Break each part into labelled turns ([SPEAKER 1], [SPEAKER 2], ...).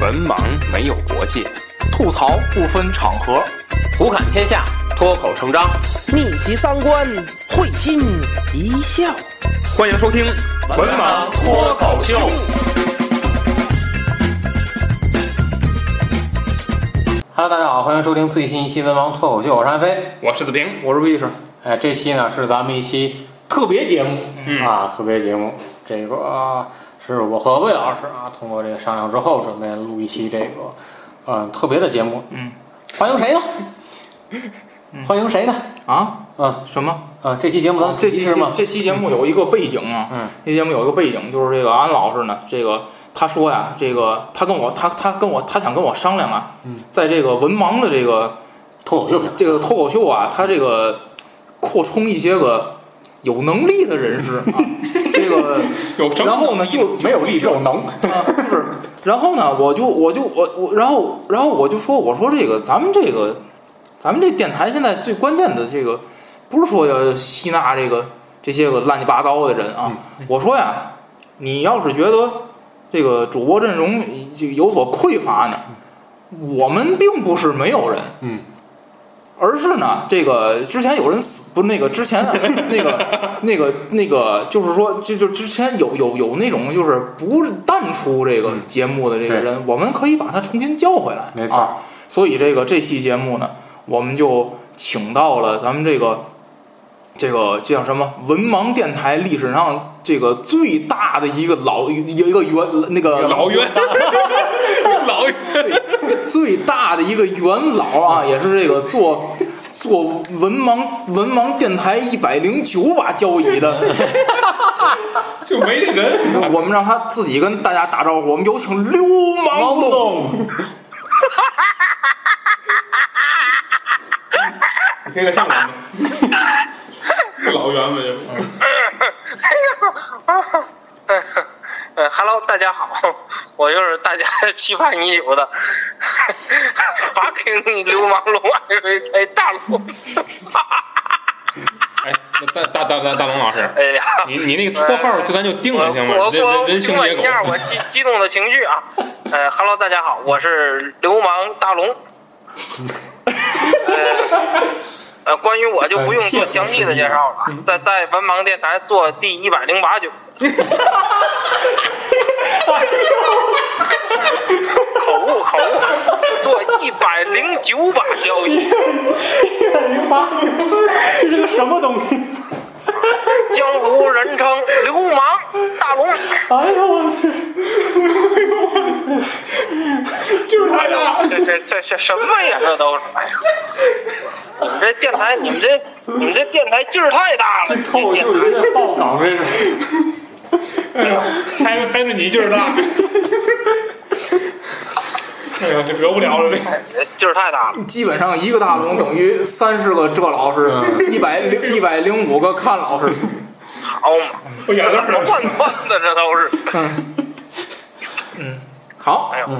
[SPEAKER 1] 文盲没有国界，吐槽不分场合，胡侃天下，脱口成章。
[SPEAKER 2] 逆袭三观，会心一笑。
[SPEAKER 1] 欢迎收听《文盲脱口秀》。
[SPEAKER 3] Hello，大家好，欢迎收听最新一期《文王脱口秀》，我是安飞，
[SPEAKER 1] 我是子平，
[SPEAKER 4] 我是魏生，
[SPEAKER 3] 哎，这期呢是咱们一期特别节目、啊，特别节目，这个、啊是我和魏老师啊通过这个商量之后，准备录一期这个嗯、呃特别的节目，
[SPEAKER 4] 嗯，
[SPEAKER 3] 欢迎谁呢？欢迎谁呢？
[SPEAKER 4] 啊，
[SPEAKER 3] 嗯
[SPEAKER 4] 什么？
[SPEAKER 3] 啊，这期节目咱们
[SPEAKER 4] 这
[SPEAKER 3] 主题
[SPEAKER 4] 期
[SPEAKER 3] 是吗？
[SPEAKER 4] 这期节目有一个背景啊，
[SPEAKER 3] 嗯，
[SPEAKER 4] 这节目有一个背景，就是这个安老师呢，这个他说呀，这个他跟我他他跟我他想跟我商量啊，
[SPEAKER 3] 嗯
[SPEAKER 4] 在这个文盲的这个
[SPEAKER 3] 脱口秀平台，
[SPEAKER 4] 这个脱口秀啊，他这个扩充一些个有能力的人士啊，这个
[SPEAKER 1] 有什
[SPEAKER 4] 然
[SPEAKER 1] 么？
[SPEAKER 4] 后呢就
[SPEAKER 3] 没有力只有能，
[SPEAKER 4] 啊，就是，然后呢，我就我就我我，然后然后我就说，我说这个咱们这个，咱们这电台现在最关键的这个，不是说要吸纳这个这些个乱七八糟的人啊，我说呀，你要是觉得这个主播阵容就有所匮乏呢，我们并不是没有人，
[SPEAKER 3] 嗯。
[SPEAKER 4] 而是呢，这个之前有人死，不是那个之前那个那个那个，就是说，就就之前有有有那种就是不是淡出这个节目的这个人，我们可以把他重新叫回来，
[SPEAKER 3] 没错
[SPEAKER 4] 啊。所以这个这期节目呢，我们就请到了咱们这个这个这叫什么文盲电台历史上这个最大的一个老有一个员那个
[SPEAKER 1] 老袁，老袁，
[SPEAKER 4] 最大的一个元 老啊，也是这个做做文盲文盲电台一百零九把交 椅的，
[SPEAKER 1] 就没这人。
[SPEAKER 4] 我们让他自己跟大家打招呼。我们有请流氓总，
[SPEAKER 1] 你可以再上来吗？老袁们就是
[SPEAKER 5] 呃哈喽，大家好， 我就是大家期盼已久的 fucking 流氓龙二位哎大龙，
[SPEAKER 1] 哎，那大大大大大龙老师，
[SPEAKER 5] 哎呀，
[SPEAKER 1] 你你那个绰号就咱就定了行吗？
[SPEAKER 5] 我我
[SPEAKER 1] 人人
[SPEAKER 5] 我
[SPEAKER 1] 人
[SPEAKER 5] 平
[SPEAKER 1] 形
[SPEAKER 5] 缓
[SPEAKER 1] 野
[SPEAKER 5] 一
[SPEAKER 1] 狗，
[SPEAKER 5] 下我激激动的情绪啊，呃哈喽，大家好，我是流氓大龙，呃呃，关于我就不用做详细的介绍了，在在文盲电台做第一百零八九，口误口误，做一百零九把交易。
[SPEAKER 3] 零八九，这是个什么东西？
[SPEAKER 5] 江湖人称流氓大龙，
[SPEAKER 3] 哎呦我去！
[SPEAKER 5] 哎呦，这这这这什么呀？这都是，哎呀，你们这电台，你们这你们这电台劲儿太大了，
[SPEAKER 3] 脱口秀有点爆梗，这是。
[SPEAKER 1] 拍着拍着你劲儿大。哎呀，这惹不了了，这
[SPEAKER 5] 这劲儿太大了。
[SPEAKER 4] 基本上一个大龙等于三十个这老师，
[SPEAKER 3] 嗯
[SPEAKER 4] 一 百零一百零五个看老师。
[SPEAKER 5] 好嘛，
[SPEAKER 1] 我眼泪
[SPEAKER 5] 怎么
[SPEAKER 1] 儿
[SPEAKER 5] 换算的？这都是，
[SPEAKER 4] 好
[SPEAKER 5] 哎，呦，
[SPEAKER 1] 了。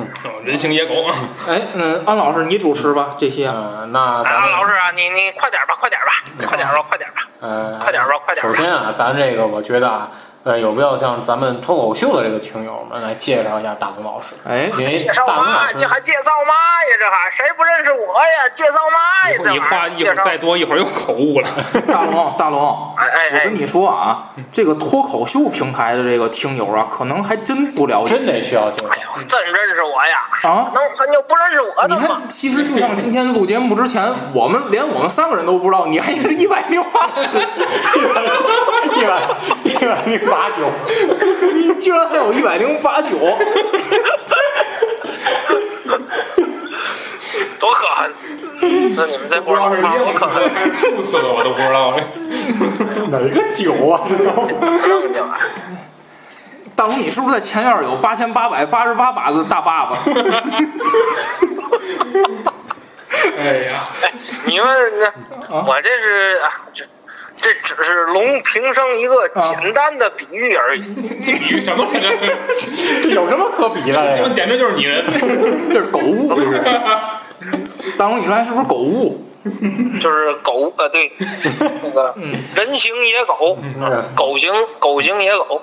[SPEAKER 1] 人形野狗啊！
[SPEAKER 4] 哎，嗯，安老师你主持吧，这些啊
[SPEAKER 3] 嗯，那咱
[SPEAKER 5] 啊，
[SPEAKER 3] 们
[SPEAKER 5] 老师啊，你你快点吧，快点吧，快点吧，快点吧，
[SPEAKER 3] 呃，
[SPEAKER 5] 快点吧，快点
[SPEAKER 3] 首
[SPEAKER 5] 吧。
[SPEAKER 3] 先啊，咱这个我觉得啊，呃，有必要向咱们脱口秀的这个听友们来介绍一下大龙老师，
[SPEAKER 4] 哎，
[SPEAKER 3] 因为
[SPEAKER 5] 介绍
[SPEAKER 3] 大龙老
[SPEAKER 5] 嘛，
[SPEAKER 3] 师
[SPEAKER 5] 这还介绍嘛呀？这还谁不认识我呀？介绍嘛呀？这玩
[SPEAKER 1] 你
[SPEAKER 5] 意
[SPEAKER 1] 话
[SPEAKER 5] 儿
[SPEAKER 1] 一会
[SPEAKER 5] 介
[SPEAKER 1] 儿
[SPEAKER 5] 绍，
[SPEAKER 1] 再多，一会儿又口误了。
[SPEAKER 4] 大龙大龙，
[SPEAKER 5] 哎哎
[SPEAKER 4] 我
[SPEAKER 5] 哎
[SPEAKER 4] 跟，你说啊，这个脱口秀平台的这个听友啊，可能还真不了解
[SPEAKER 3] 真得需要介绍。
[SPEAKER 5] 哎 真认识我呀？
[SPEAKER 4] 啊。
[SPEAKER 5] 能他就不认识我
[SPEAKER 3] 啊
[SPEAKER 4] 你
[SPEAKER 5] 的吗
[SPEAKER 4] 看，？其实就像今天录节目之前，我们连我们三个人都不知道，你还一百零八，
[SPEAKER 3] 一百一百零八九，
[SPEAKER 4] 你居然还有一百零八 九，
[SPEAKER 5] 多可恨！ 那你们这波人骂我可恨，
[SPEAKER 1] 数次了，我都不知道。
[SPEAKER 3] 哪个九啊？这都
[SPEAKER 5] 怎么 弄去了？
[SPEAKER 4] 大龙，你是不是在前院有八千八百八十八把子大爸爸？
[SPEAKER 1] 哎呀，
[SPEAKER 5] 哎，你们这，我这是啊，这这只是龙平生一个简单的比喻而已。
[SPEAKER 1] 这比喻什么来着？
[SPEAKER 3] 这 有什么可比的？这
[SPEAKER 1] 这
[SPEAKER 3] 个
[SPEAKER 1] 简直就是拟人。
[SPEAKER 4] 这是狗误，这是。大龙，你说还是不是狗误？
[SPEAKER 5] 就是狗啊，对，那个人形野狗，啊
[SPEAKER 3] 嗯
[SPEAKER 5] 狗形狗形野狗，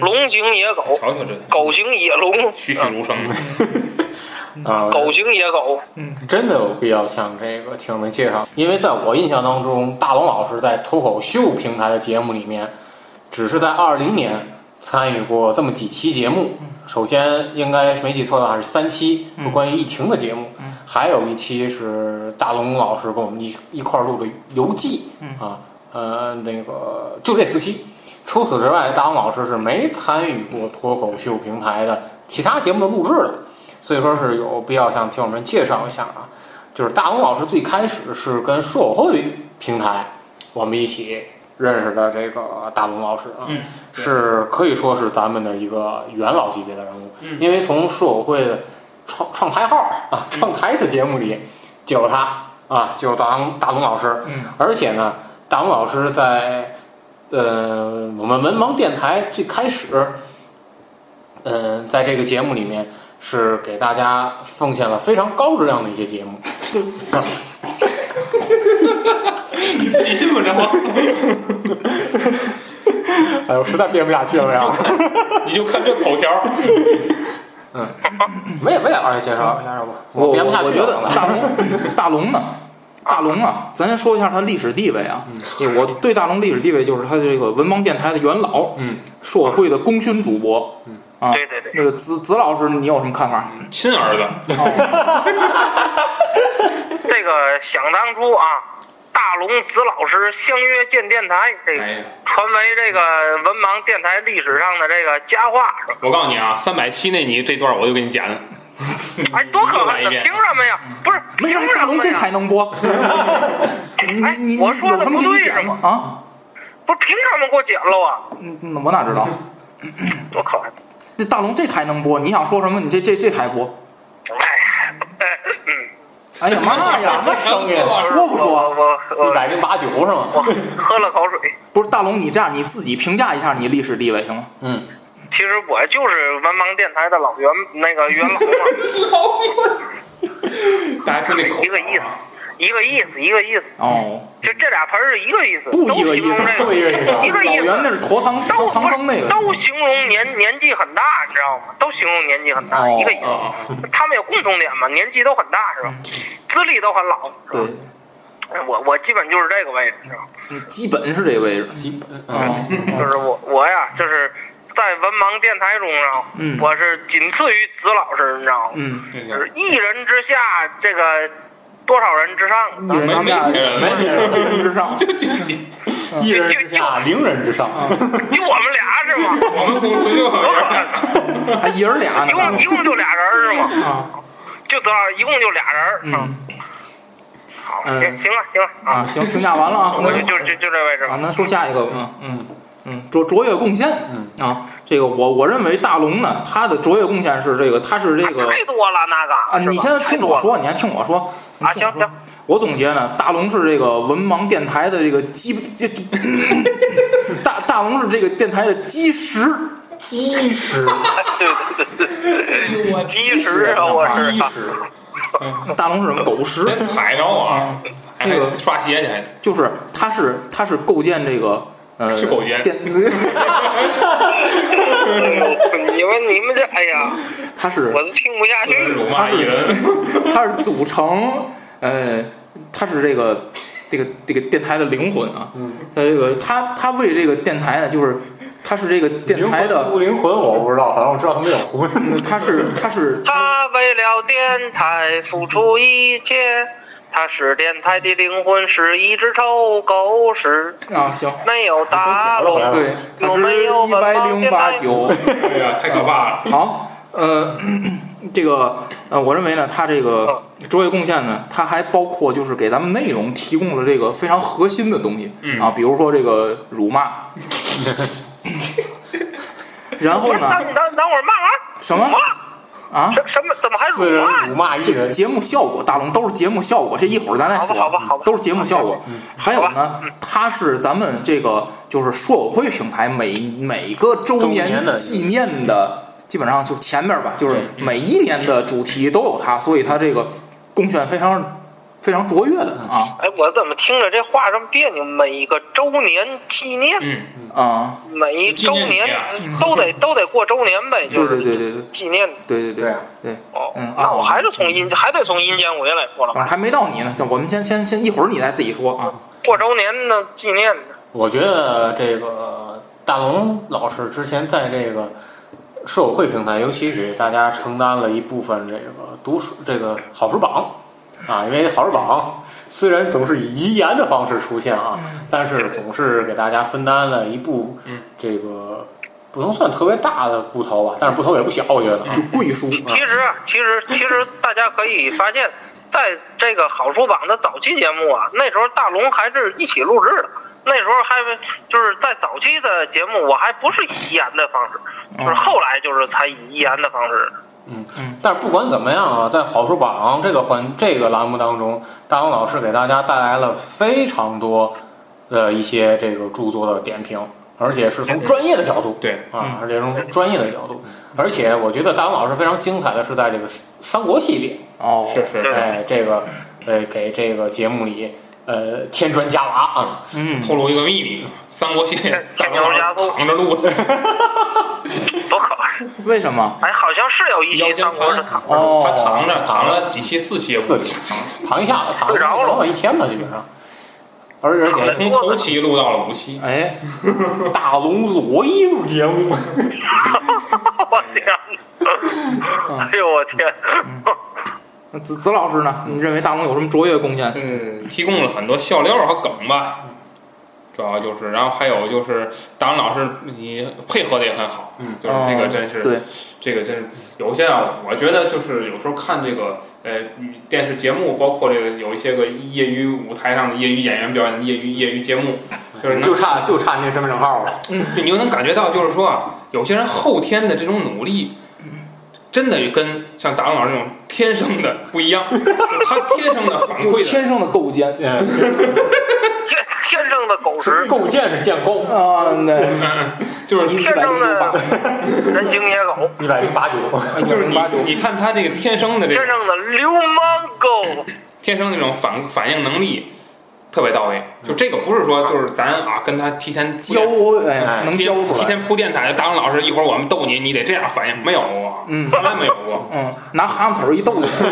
[SPEAKER 5] 龙形野狗，
[SPEAKER 1] 瞧瞧这，
[SPEAKER 5] 狗形野龙，
[SPEAKER 1] 嗯栩栩如生。
[SPEAKER 3] 啊，
[SPEAKER 5] 狗型野狗，
[SPEAKER 4] 嗯，
[SPEAKER 3] 真的有必要向这个听众们介绍，因为在我印象当中，大龙老师在脱口秀平台的节目里面，只是在二零年参与过这么几期节目。首先应该是没记错的话是三期是关于疫情的节目，
[SPEAKER 4] 嗯
[SPEAKER 3] 还有一期是大龙老师跟我们一一块儿录的游记，
[SPEAKER 4] 嗯
[SPEAKER 3] 啊，呃，那个就这四期。除此之外，大龙老师是没参与过脱口秀平台的其他节目的录制的。所以说是有必要向听友们介绍一下啊。就是大龙老师最开始是跟硕友会平台我们一起认识的这个大龙老师啊，
[SPEAKER 4] 嗯对
[SPEAKER 3] 是可以说是咱们的一个元老级别的人物，
[SPEAKER 4] 嗯
[SPEAKER 3] 因为从硕友会的创创台号啊创台的节目里就有他啊，就有大龙大龙老师，
[SPEAKER 4] 嗯
[SPEAKER 3] 而且呢，大龙老师在呃我们文盲电台最开始，嗯、在这个节目里面是给大家奉献了非常高质量的一些节目。
[SPEAKER 4] 你自己信不信吗？
[SPEAKER 3] 哎呦，实在编不下去了呀！
[SPEAKER 4] 你就看这口条。
[SPEAKER 3] 没有没有，二介绍一下吧，
[SPEAKER 4] 我
[SPEAKER 3] 编不下
[SPEAKER 4] 我
[SPEAKER 3] 去
[SPEAKER 4] 觉得
[SPEAKER 3] 了。
[SPEAKER 4] 大龙大龙呢，大龙啊，咱先说一下他历史地位啊。
[SPEAKER 3] 嗯
[SPEAKER 4] 我对大龙历史地位就是他这个文盲电台的元老，
[SPEAKER 3] 嗯，
[SPEAKER 4] 硕友会的功勋主播。嗯啊，
[SPEAKER 5] 对对对
[SPEAKER 4] 那个子子老师，你有什么看 法？哦
[SPEAKER 6] 亲儿子，
[SPEAKER 5] 这个想当初啊，大龙子老师相约建电台，这个
[SPEAKER 6] 哎呀，
[SPEAKER 5] 传为这个文盲电台历史上的这个佳话，是吧？
[SPEAKER 6] 我告诉你啊，三百七那你这段我就给你剪了。
[SPEAKER 4] 嗯
[SPEAKER 5] 哎，多可
[SPEAKER 6] 又来
[SPEAKER 5] 恨！
[SPEAKER 6] 一
[SPEAKER 5] 凭
[SPEAKER 6] 遍
[SPEAKER 5] 什么呀？不是，
[SPEAKER 4] 没事
[SPEAKER 5] 凭，
[SPEAKER 4] 大
[SPEAKER 5] 什
[SPEAKER 4] 龙
[SPEAKER 5] 么
[SPEAKER 4] 这
[SPEAKER 5] 呀？
[SPEAKER 4] 才能播。你
[SPEAKER 5] 哎
[SPEAKER 4] 你你
[SPEAKER 5] 我说的
[SPEAKER 4] 有什么给
[SPEAKER 5] 不
[SPEAKER 4] 你
[SPEAKER 5] 对
[SPEAKER 4] 讲
[SPEAKER 5] 是吗
[SPEAKER 4] 啊？
[SPEAKER 5] 不是凭什么给我剪了啊？
[SPEAKER 4] 嗯，嗯我哪知道？
[SPEAKER 5] 多可恨！
[SPEAKER 4] 这大龙这还能播？你想说什么？你这这这还播？
[SPEAKER 5] 哎，哎嗯，
[SPEAKER 4] 哎呀妈呀！
[SPEAKER 3] 什么声音？
[SPEAKER 4] 说不
[SPEAKER 5] 我
[SPEAKER 4] 说？
[SPEAKER 5] 我
[SPEAKER 3] 一
[SPEAKER 5] 我
[SPEAKER 3] 百零八九是吗？
[SPEAKER 5] 我喝了口水。
[SPEAKER 4] 不是大龙，你这样你自己评价一下你历史地位行吗？
[SPEAKER 3] 嗯，
[SPEAKER 5] 其实我就是文盲电台的老元那个元 老嘛，
[SPEAKER 6] 大家听这口，
[SPEAKER 1] 啊
[SPEAKER 5] 一个意思，一个意思，一个意思。
[SPEAKER 4] 哦，
[SPEAKER 5] 就这俩词儿是一个意思，
[SPEAKER 4] 不
[SPEAKER 5] 都
[SPEAKER 4] 一个意
[SPEAKER 5] 形容
[SPEAKER 4] 思，
[SPEAKER 5] 这
[SPEAKER 3] 不一个意思啊
[SPEAKER 5] 一个
[SPEAKER 4] 老
[SPEAKER 5] 意
[SPEAKER 4] 袁那
[SPEAKER 5] 思，
[SPEAKER 4] 是驼唐
[SPEAKER 5] 都
[SPEAKER 4] 驼唐僧那个。
[SPEAKER 5] 都形容年年纪很大，你知道吗？都形容年纪很大，
[SPEAKER 4] 哦
[SPEAKER 5] 一个意思。
[SPEAKER 1] 啊
[SPEAKER 6] 哦
[SPEAKER 5] 他们有共同点嘛，年纪都很大，是吧？资历都很老，是吧
[SPEAKER 4] 嗯
[SPEAKER 5] 哎
[SPEAKER 4] 对，
[SPEAKER 5] 我我基本就是这个位置，是吧？
[SPEAKER 4] 嗯基本是这个位置。
[SPEAKER 3] 基本嗯
[SPEAKER 4] 啊，
[SPEAKER 5] 就是我我呀，就是在文盲电台中啊，
[SPEAKER 4] 嗯
[SPEAKER 5] 我是仅次于子老师，你知道吗？
[SPEAKER 4] 嗯，
[SPEAKER 5] 就是一人之下，这个多少人之上？
[SPEAKER 3] 嗯
[SPEAKER 4] 一人之下，
[SPEAKER 6] 没人
[SPEAKER 4] 没人一人之上。
[SPEAKER 3] 一人之下，零人之上。
[SPEAKER 4] 嗯
[SPEAKER 5] 就我们俩是吗？
[SPEAKER 6] 我们公司就好
[SPEAKER 5] 多可
[SPEAKER 6] 像
[SPEAKER 5] 恨！
[SPEAKER 4] 还一人俩
[SPEAKER 5] 一共一
[SPEAKER 4] 呢。
[SPEAKER 5] 共就俩人儿是吗？
[SPEAKER 4] 啊，
[SPEAKER 5] 就子老师一共就俩人儿。
[SPEAKER 4] 嗯，
[SPEAKER 5] 好，
[SPEAKER 4] 嗯
[SPEAKER 5] 行行了行了
[SPEAKER 4] 啊，
[SPEAKER 5] 啊，
[SPEAKER 4] 行，评价完了啊。
[SPEAKER 5] 我就就就就这位置
[SPEAKER 4] 啊，
[SPEAKER 5] 吧。
[SPEAKER 4] 那说下一个吧。嗯。
[SPEAKER 3] 嗯
[SPEAKER 4] 嗯，卓卓越贡献，
[SPEAKER 3] 嗯
[SPEAKER 4] 啊，这个我我认为大龙呢，他的卓越贡献是这个，他是这个
[SPEAKER 5] 太多了那个
[SPEAKER 4] 嗯啊，
[SPEAKER 5] 是吧
[SPEAKER 4] 你先
[SPEAKER 5] 太
[SPEAKER 4] 听
[SPEAKER 5] 多
[SPEAKER 4] 我
[SPEAKER 5] 了
[SPEAKER 4] 说，你先听我说你
[SPEAKER 5] 啊
[SPEAKER 4] 听我
[SPEAKER 5] 行
[SPEAKER 4] 说
[SPEAKER 5] 行
[SPEAKER 4] 我总结呢，大龙是这个文盲电台的这个基， 这这大大龙是这个电台的基石，
[SPEAKER 3] 基石，
[SPEAKER 5] 对对对对对，基石啊，我是
[SPEAKER 3] 基石，
[SPEAKER 4] 大龙是什么狗食
[SPEAKER 6] 别踩着我啊，还
[SPEAKER 4] 那个
[SPEAKER 6] 刷鞋去，还
[SPEAKER 4] 就是它是它是构建这个呃
[SPEAKER 6] 是狗爷
[SPEAKER 4] 电，
[SPEAKER 5] 你们你们这，哎呀，
[SPEAKER 4] 它是
[SPEAKER 5] 我都听不下去了。
[SPEAKER 6] 辱骂一人，
[SPEAKER 4] 它是组成，呃，它是这个这个这个电台的灵魂啊。
[SPEAKER 3] 嗯，
[SPEAKER 4] 它这个它它为这个电台呢，就是它是这个电台
[SPEAKER 3] 灵魂
[SPEAKER 4] 的，
[SPEAKER 3] 不灵嗯魂我不知道，反正我知道他们有魂。
[SPEAKER 4] 嗯它是它是
[SPEAKER 5] 他为了电台付出一切，他是电台的灵魂，是一只臭狗屎。
[SPEAKER 4] 啊，行，
[SPEAKER 5] 没有大龙，
[SPEAKER 4] 对，它
[SPEAKER 5] 有
[SPEAKER 4] 是
[SPEAKER 5] 没有
[SPEAKER 4] 一
[SPEAKER 5] 文
[SPEAKER 4] 百
[SPEAKER 5] 盲
[SPEAKER 4] 零
[SPEAKER 5] 电
[SPEAKER 4] 八
[SPEAKER 5] 台？
[SPEAKER 4] 九。
[SPEAKER 6] 哎呀，太可怕了。
[SPEAKER 4] 好，呃，这个呃，我认为呢，它这个卓越贡献呢，它还包括就是给咱们内容提供了这个非常核心的东西、
[SPEAKER 6] 嗯
[SPEAKER 4] 啊，比如说这个 辱骂，然后
[SPEAKER 5] 不是，
[SPEAKER 4] 呢，
[SPEAKER 5] 等等等会儿，慢慢
[SPEAKER 4] 什么啊？
[SPEAKER 5] 什什么？怎么还
[SPEAKER 3] 四
[SPEAKER 5] 辱骂
[SPEAKER 3] 人辱？骂一人，
[SPEAKER 4] 节目效果，大龙都是节目效果，这一会儿咱再说。嗯
[SPEAKER 5] 好吧好吧好吧嗯
[SPEAKER 4] 都是节目效果。还有呢，它是咱们这个就是硕友会平台每每个周
[SPEAKER 3] 周年的
[SPEAKER 4] 纪念的，基本上就
[SPEAKER 5] 嗯
[SPEAKER 4] 前面吧，就是
[SPEAKER 3] 对
[SPEAKER 4] 每一年的主题都有它，所以它这个贡献非常非常卓越的啊
[SPEAKER 5] 哎，我怎么听着这话这么别扭？每个周年纪念，
[SPEAKER 6] 嗯，
[SPEAKER 4] 啊，
[SPEAKER 5] 每一周
[SPEAKER 6] 纪念你啊
[SPEAKER 5] 都得都得过周年呗，就
[SPEAKER 4] 对对
[SPEAKER 5] 是
[SPEAKER 4] 对对对
[SPEAKER 5] 纪念。
[SPEAKER 4] 对对
[SPEAKER 3] 对
[SPEAKER 4] 对
[SPEAKER 3] 啊，
[SPEAKER 4] 对，
[SPEAKER 5] 哦，
[SPEAKER 4] 嗯啊
[SPEAKER 5] 那我还是从阴还得从阴间回来说了吧，
[SPEAKER 4] 等还没到你呢，就我们先先先一会儿你再自己说啊。
[SPEAKER 5] 过周年的纪念呢。
[SPEAKER 3] 我觉得这个大龙老师之前在这个社友会平台，尤其给大家承担了一部分这个读书这个好书榜啊，因为好书榜虽然总是以遗言的方式出现啊，但是总是给大家分担了一部
[SPEAKER 6] 嗯
[SPEAKER 3] 这个不能算特别大的部头吧，但是部头也不小，我觉得啊
[SPEAKER 4] 就贵书
[SPEAKER 5] 其其实啊，其实其实大家可以发现，在这个好书榜的早期节目啊，那时候大龙还是一起录制的。那时候还就是在早期的节目，我还不是以遗言的方式，
[SPEAKER 4] 嗯
[SPEAKER 5] 就是后来就是才以遗言的方式。
[SPEAKER 3] 嗯但是不管怎么样啊，在好书榜这个环这个栏目当中，大王老师给大家带来了非常多的一些这个著作的点评，而且是从专业的角度
[SPEAKER 6] 对，
[SPEAKER 3] 啊，而且是从专业的角度，而且我觉得大王老师非常精彩的是在这个三国系列，
[SPEAKER 5] 嗯
[SPEAKER 4] 哦，
[SPEAKER 6] 是是，
[SPEAKER 3] 哎，这个呃给这个节目里呃添砖加瓦啊，
[SPEAKER 4] 嗯，
[SPEAKER 6] 透露一个秘密，三国系列大
[SPEAKER 5] 天
[SPEAKER 6] 龙
[SPEAKER 5] 牛加速
[SPEAKER 6] 躺着录的，
[SPEAKER 5] 不可，
[SPEAKER 4] 为什么？
[SPEAKER 5] 哎，好像是有一期
[SPEAKER 6] 腰间
[SPEAKER 5] 三国是
[SPEAKER 6] 盘
[SPEAKER 5] 他，
[SPEAKER 4] 哦
[SPEAKER 6] 他躺着躺了几期，四期也不
[SPEAKER 3] 四
[SPEAKER 6] 止
[SPEAKER 3] 期躺一下子，躺
[SPEAKER 5] 睡着了
[SPEAKER 3] 了一天吧，基本上，而且
[SPEAKER 6] 我从头期录到了五期，
[SPEAKER 4] 哎，
[SPEAKER 3] 大龙裸衣服节目。
[SPEAKER 5] 我天哪！ 哎呦我天！
[SPEAKER 4] 那子子老师呢？你认为大龙有什么卓越贡献？
[SPEAKER 6] 嗯，提供了很多笑料和梗吧，主要就是，然后还有就是，当然老师你配合的也很好，
[SPEAKER 3] 嗯
[SPEAKER 6] 就是这个
[SPEAKER 4] 哦
[SPEAKER 6] 真是，
[SPEAKER 4] 对，
[SPEAKER 6] 这个真是有些啊，我觉得就是有时候看这个呃电视节目，包括这个有一些个业余舞台上的业余演员表演的业余业余节目，就是能
[SPEAKER 3] 就差就差那身份证号 了。
[SPEAKER 4] 嗯
[SPEAKER 6] 对，你就能感觉到，就是说啊，有些人后天的这种努力，真的跟像达文老师那种天生的不一样，他天生的反
[SPEAKER 4] 就
[SPEAKER 6] 馈的，
[SPEAKER 4] 天生的构建
[SPEAKER 3] 嗯，
[SPEAKER 5] 天天生的狗食，
[SPEAKER 4] 嗯
[SPEAKER 3] 构建是建构，
[SPEAKER 4] 啊，对，
[SPEAKER 6] 就是
[SPEAKER 4] 一
[SPEAKER 5] 天
[SPEAKER 4] 百
[SPEAKER 5] 生
[SPEAKER 4] 零
[SPEAKER 5] 的
[SPEAKER 4] 八，
[SPEAKER 5] 人形野狗，
[SPEAKER 3] 一百零八九。
[SPEAKER 6] 就是
[SPEAKER 4] 一百零八九
[SPEAKER 6] 你你看他这个天生的这
[SPEAKER 5] 天
[SPEAKER 6] 个
[SPEAKER 5] 生的流氓狗。
[SPEAKER 6] 天生那种反反应能力特别到位，就这个不是说就是咱啊跟他提前
[SPEAKER 4] 教哎，能
[SPEAKER 6] 提
[SPEAKER 4] 教出
[SPEAKER 6] 提
[SPEAKER 4] 来，
[SPEAKER 6] 前铺垫他，达文老师一会儿我们逗你，你得这样反应，没有过，
[SPEAKER 4] 嗯
[SPEAKER 6] 从来没有过，
[SPEAKER 4] 嗯，拿蛤蟆腿儿一逗就行。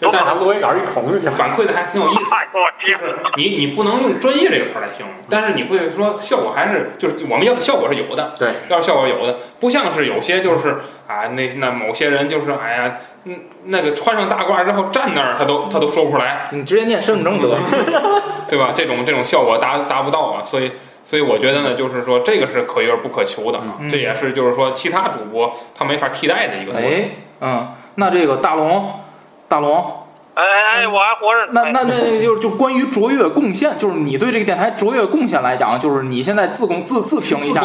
[SPEAKER 6] 就但
[SPEAKER 3] 拿
[SPEAKER 6] 是
[SPEAKER 3] 螺旋杆一捅就行。
[SPEAKER 6] 反馈的还挺有意思。
[SPEAKER 5] 哎呦我天！
[SPEAKER 6] 你你不能用专业这个词儿来形容，但是你会说效果还是就是我们要的效果是有的，
[SPEAKER 3] 对，
[SPEAKER 6] 要是效果有的，不像是有些就是啊那那某些人就是哎呀，嗯那个穿上大褂之后站那儿他都他都说不出来，
[SPEAKER 4] 你直接念身份证得了。
[SPEAKER 6] 对吧？这种这种效果达达不到啊，所以所以我觉得呢，就是说这个是可遇而不可求的啊，
[SPEAKER 4] 嗯
[SPEAKER 6] 这也是就是说其他主播他没法替代的一个作用。
[SPEAKER 4] 哎，嗯，那这个大龙，大龙，
[SPEAKER 5] 哎哎哎，我还活着呢。
[SPEAKER 4] 那那那就是就关于卓越贡献，就是你对这个电台卓越贡献来讲，就是你现在自贡自自评一下，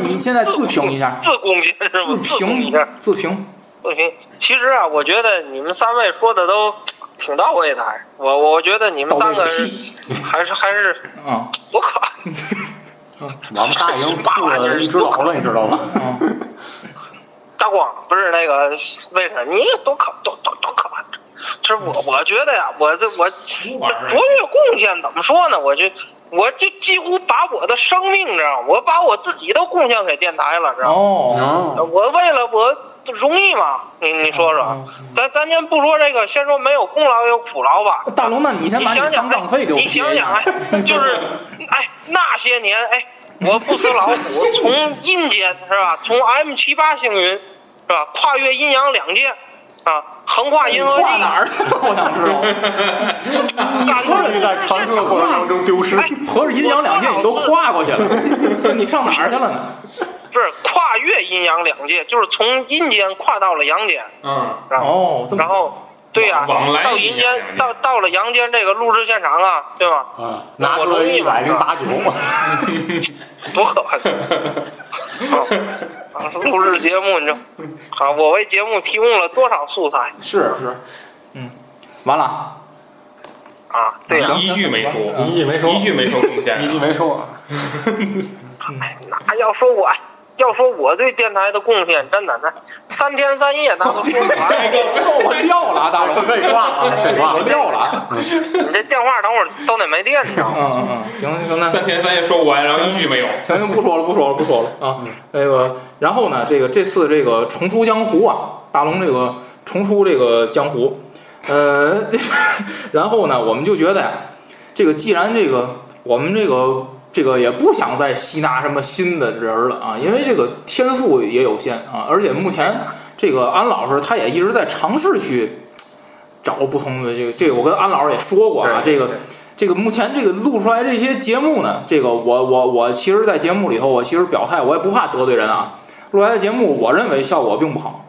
[SPEAKER 4] 你现在自评一下，
[SPEAKER 5] 哎自贡献是吧？
[SPEAKER 4] 自
[SPEAKER 5] 贡一
[SPEAKER 4] 评
[SPEAKER 5] 下，
[SPEAKER 4] 自评，
[SPEAKER 5] 自评。其实啊，我觉得你们三位说的都挺到位的，还是我我觉得你们三个人还是还是
[SPEAKER 4] 嗯
[SPEAKER 5] 我靠，
[SPEAKER 3] 我们仨已 经吐了一只老了，你知道吗？
[SPEAKER 4] 嗯，
[SPEAKER 5] 大光不是那个为啥你都可都都都可。这我我觉得呀、我这我
[SPEAKER 6] 玩意儿
[SPEAKER 5] 卓越贡献怎么说呢？我就我就几乎把我的生命，知道吗？我把我自己都贡献给电台了，知道吗？
[SPEAKER 4] 哦，
[SPEAKER 3] 哦，
[SPEAKER 5] 我为了我容易吗？你你说说
[SPEAKER 4] 嗯，
[SPEAKER 5] 咱咱先不说这个，先说没有功劳也有苦劳吧。
[SPEAKER 4] 大龙，那你先
[SPEAKER 5] 你
[SPEAKER 4] 把你啊
[SPEAKER 5] 想想，
[SPEAKER 4] 丧
[SPEAKER 5] 哎
[SPEAKER 4] 葬费给我
[SPEAKER 5] 你
[SPEAKER 4] 们结
[SPEAKER 5] 想
[SPEAKER 4] 一
[SPEAKER 5] 想，
[SPEAKER 4] 下
[SPEAKER 5] 哎，就是，哎，那些年，哎，我不辞劳苦，从阴间是吧？从 M 七八星云是吧？跨越阴阳两界啊，横跨
[SPEAKER 4] 你
[SPEAKER 5] 银河系，
[SPEAKER 4] 画哪 儿去了？我想知 道。你
[SPEAKER 5] 感
[SPEAKER 4] 说
[SPEAKER 5] 动
[SPEAKER 3] 这个在传说的过程当中丢失。
[SPEAKER 5] 哎，
[SPEAKER 4] 合着阴阳两界你都跨过去了，你上哪儿去了 呢？
[SPEAKER 5] 不是跨越阴阳两界，就是从阴间跨到了阳间，
[SPEAKER 6] 嗯，
[SPEAKER 5] 然后
[SPEAKER 4] 哦，这么
[SPEAKER 5] 然后。对呀、
[SPEAKER 6] 往来
[SPEAKER 5] 到
[SPEAKER 6] 阴阳
[SPEAKER 5] 阴
[SPEAKER 6] 两
[SPEAKER 5] 间，
[SPEAKER 6] 界
[SPEAKER 5] 到到了阳间这个录制现场啊，对吧？
[SPEAKER 3] 啊，拿出了一百零八九，
[SPEAKER 5] 多可怕！好，啊录制节目你就好，我为节目提供了多少素材
[SPEAKER 3] 是是，
[SPEAKER 4] 完 了，
[SPEAKER 5] 啊？对呀、
[SPEAKER 6] 嗯一句没说，
[SPEAKER 3] 一句没 说，
[SPEAKER 6] 一句没说贡献
[SPEAKER 3] 一，句没说啊。
[SPEAKER 5] 哎那要说我，要说我对电台的贡献，真的那三天三夜那都说
[SPEAKER 6] 哦
[SPEAKER 5] 不完。
[SPEAKER 4] 哎呦，我撂了啊，大佬，
[SPEAKER 3] 可以挂了，可以挂
[SPEAKER 4] 我
[SPEAKER 3] 了。
[SPEAKER 4] 撂了啊。
[SPEAKER 5] 你这电话等会儿都得没电，你知道
[SPEAKER 4] 嗯
[SPEAKER 5] 吗？
[SPEAKER 4] 嗯嗯，行行，那
[SPEAKER 6] 三天三夜说不完，然后一句没有。
[SPEAKER 4] 行行，不说了，不说了，不说了啊。那个，然后呢，这个这次这个重出江湖啊，大龙这个重出这个江湖，呃， 然后呢，我们就觉得呀，这个既然这个我们这个这个也不想再吸纳什么新的人儿了啊，因为这个天赋也有限啊，而且目前这个安老师他也一直在尝试去找不同的这个这个，我跟安老师也说过啊，这个这个目前这个录出来这些节目呢，这个我我我其实，在节目里头，我其实表态，我也不怕得罪人啊。录来的节目，我认为效果并不好。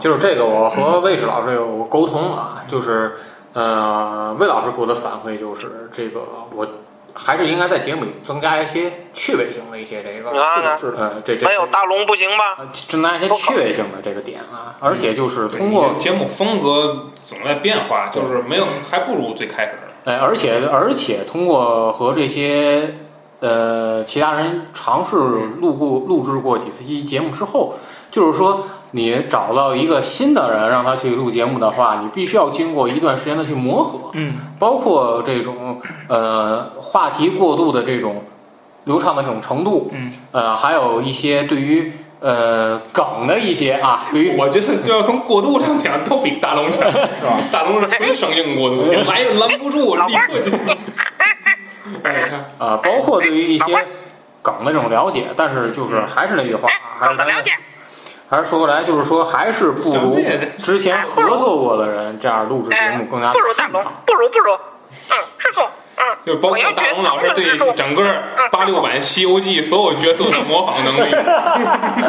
[SPEAKER 3] 就是这个，我和魏史老师有沟通啊，就是呃，魏老师给我的反馈就是，这个我还是应该在节目里增加一些趣味性的一些
[SPEAKER 6] 哦
[SPEAKER 3] 这个，
[SPEAKER 5] 你看看，
[SPEAKER 3] 是的，呃这这
[SPEAKER 5] 没有大龙不行吧？
[SPEAKER 3] 呃增加一些趣味性的这个点啊，而且就是通过
[SPEAKER 6] 节目风格总在变化，就是没有，还不如最开始。
[SPEAKER 3] 哎，而且而且通过和这些呃其他人尝试录过录制过几次期节目之后，就是说你找到一个新的人让他去录节目的话，你必须要经过一段时间的去磨合，
[SPEAKER 4] 嗯
[SPEAKER 3] 包括这种呃话题过渡的这种流畅的这种程度，
[SPEAKER 4] 嗯，
[SPEAKER 3] 呃，还有一些对于呃梗的一些啊，对 于
[SPEAKER 6] 我觉得就要从过渡上讲，都比大龙强，是吧？ 哎大龙是纯生硬过渡，来拦不住，立刻就。 哎，看
[SPEAKER 3] 呃，包括对
[SPEAKER 5] 哎
[SPEAKER 3] 于一些梗的这种了解，但是就是还是那句话
[SPEAKER 6] 啊
[SPEAKER 3] 啊
[SPEAKER 5] 哎，
[SPEAKER 3] 还
[SPEAKER 5] 等
[SPEAKER 3] 是
[SPEAKER 5] 着
[SPEAKER 3] 咱
[SPEAKER 5] 了解。
[SPEAKER 3] 还是说回来，就是说还是不如之前合作过的人这样录制节
[SPEAKER 5] 哎
[SPEAKER 3] 目更加，
[SPEAKER 5] 不如大龙，不如不如，嗯，师傅，嗯，
[SPEAKER 6] 就包括大龙老师对整个八六版《西游记》所有角色的模仿能力，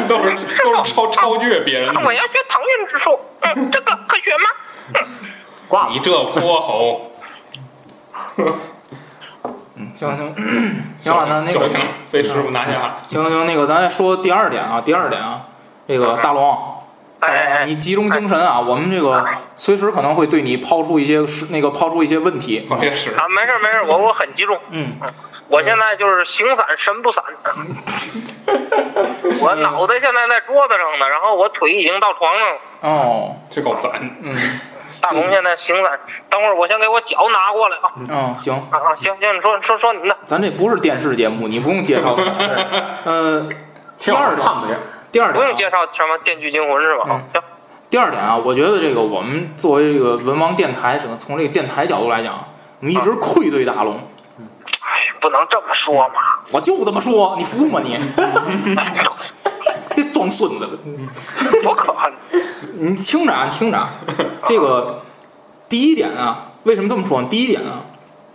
[SPEAKER 6] 都是都是超超越别人的
[SPEAKER 5] 那。我要学腾云之术，嗯，这个可学吗？
[SPEAKER 3] 挂
[SPEAKER 6] 你这泼猴，
[SPEAKER 4] 行行行了，那那
[SPEAKER 6] 小
[SPEAKER 4] 个
[SPEAKER 6] 强被师傅拿下了。
[SPEAKER 4] 行行，那个咱再说第二点啊，第二点啊，这个大龙，
[SPEAKER 5] 哎哎哎
[SPEAKER 4] 你集中精神啊，我们这个随时可能会对你抛出一些那个抛出一些 问题。
[SPEAKER 6] 我也是，
[SPEAKER 5] 啊，没事没事，我我很激动，
[SPEAKER 4] 嗯，
[SPEAKER 5] 我现在就是形散神不散，我脑袋现在在桌子上呢，然后我腿已经到床上了。
[SPEAKER 4] 哦，
[SPEAKER 6] 这够散。
[SPEAKER 4] 嗯
[SPEAKER 5] 大龙现在形散，等会儿我先给我脚拿过来啊
[SPEAKER 4] 嗯，行，
[SPEAKER 5] 啊啊！行行，你说说说您的，
[SPEAKER 4] 咱这不是电视节目，你不用介绍 我。呃，第
[SPEAKER 3] 挺好
[SPEAKER 4] 二
[SPEAKER 3] 看的
[SPEAKER 4] 点，
[SPEAKER 3] 这样。
[SPEAKER 4] 第二点啊、
[SPEAKER 5] 不用介绍什么《电锯惊魂》是吧？啊行，
[SPEAKER 4] 第二点啊，我觉得这个我们作为这个文王电台，整个从这个电台角度来讲，我们一
[SPEAKER 5] 啊
[SPEAKER 4] 直愧对大龙。
[SPEAKER 5] 哎，不能这么说嘛。 哎
[SPEAKER 4] 我就这么说，你服吗 你？ 别装孙子了，
[SPEAKER 5] 多可恨！
[SPEAKER 4] 你听着啊，你听 着啊，这个第一点啊，为什么这么说呢？第一点啊，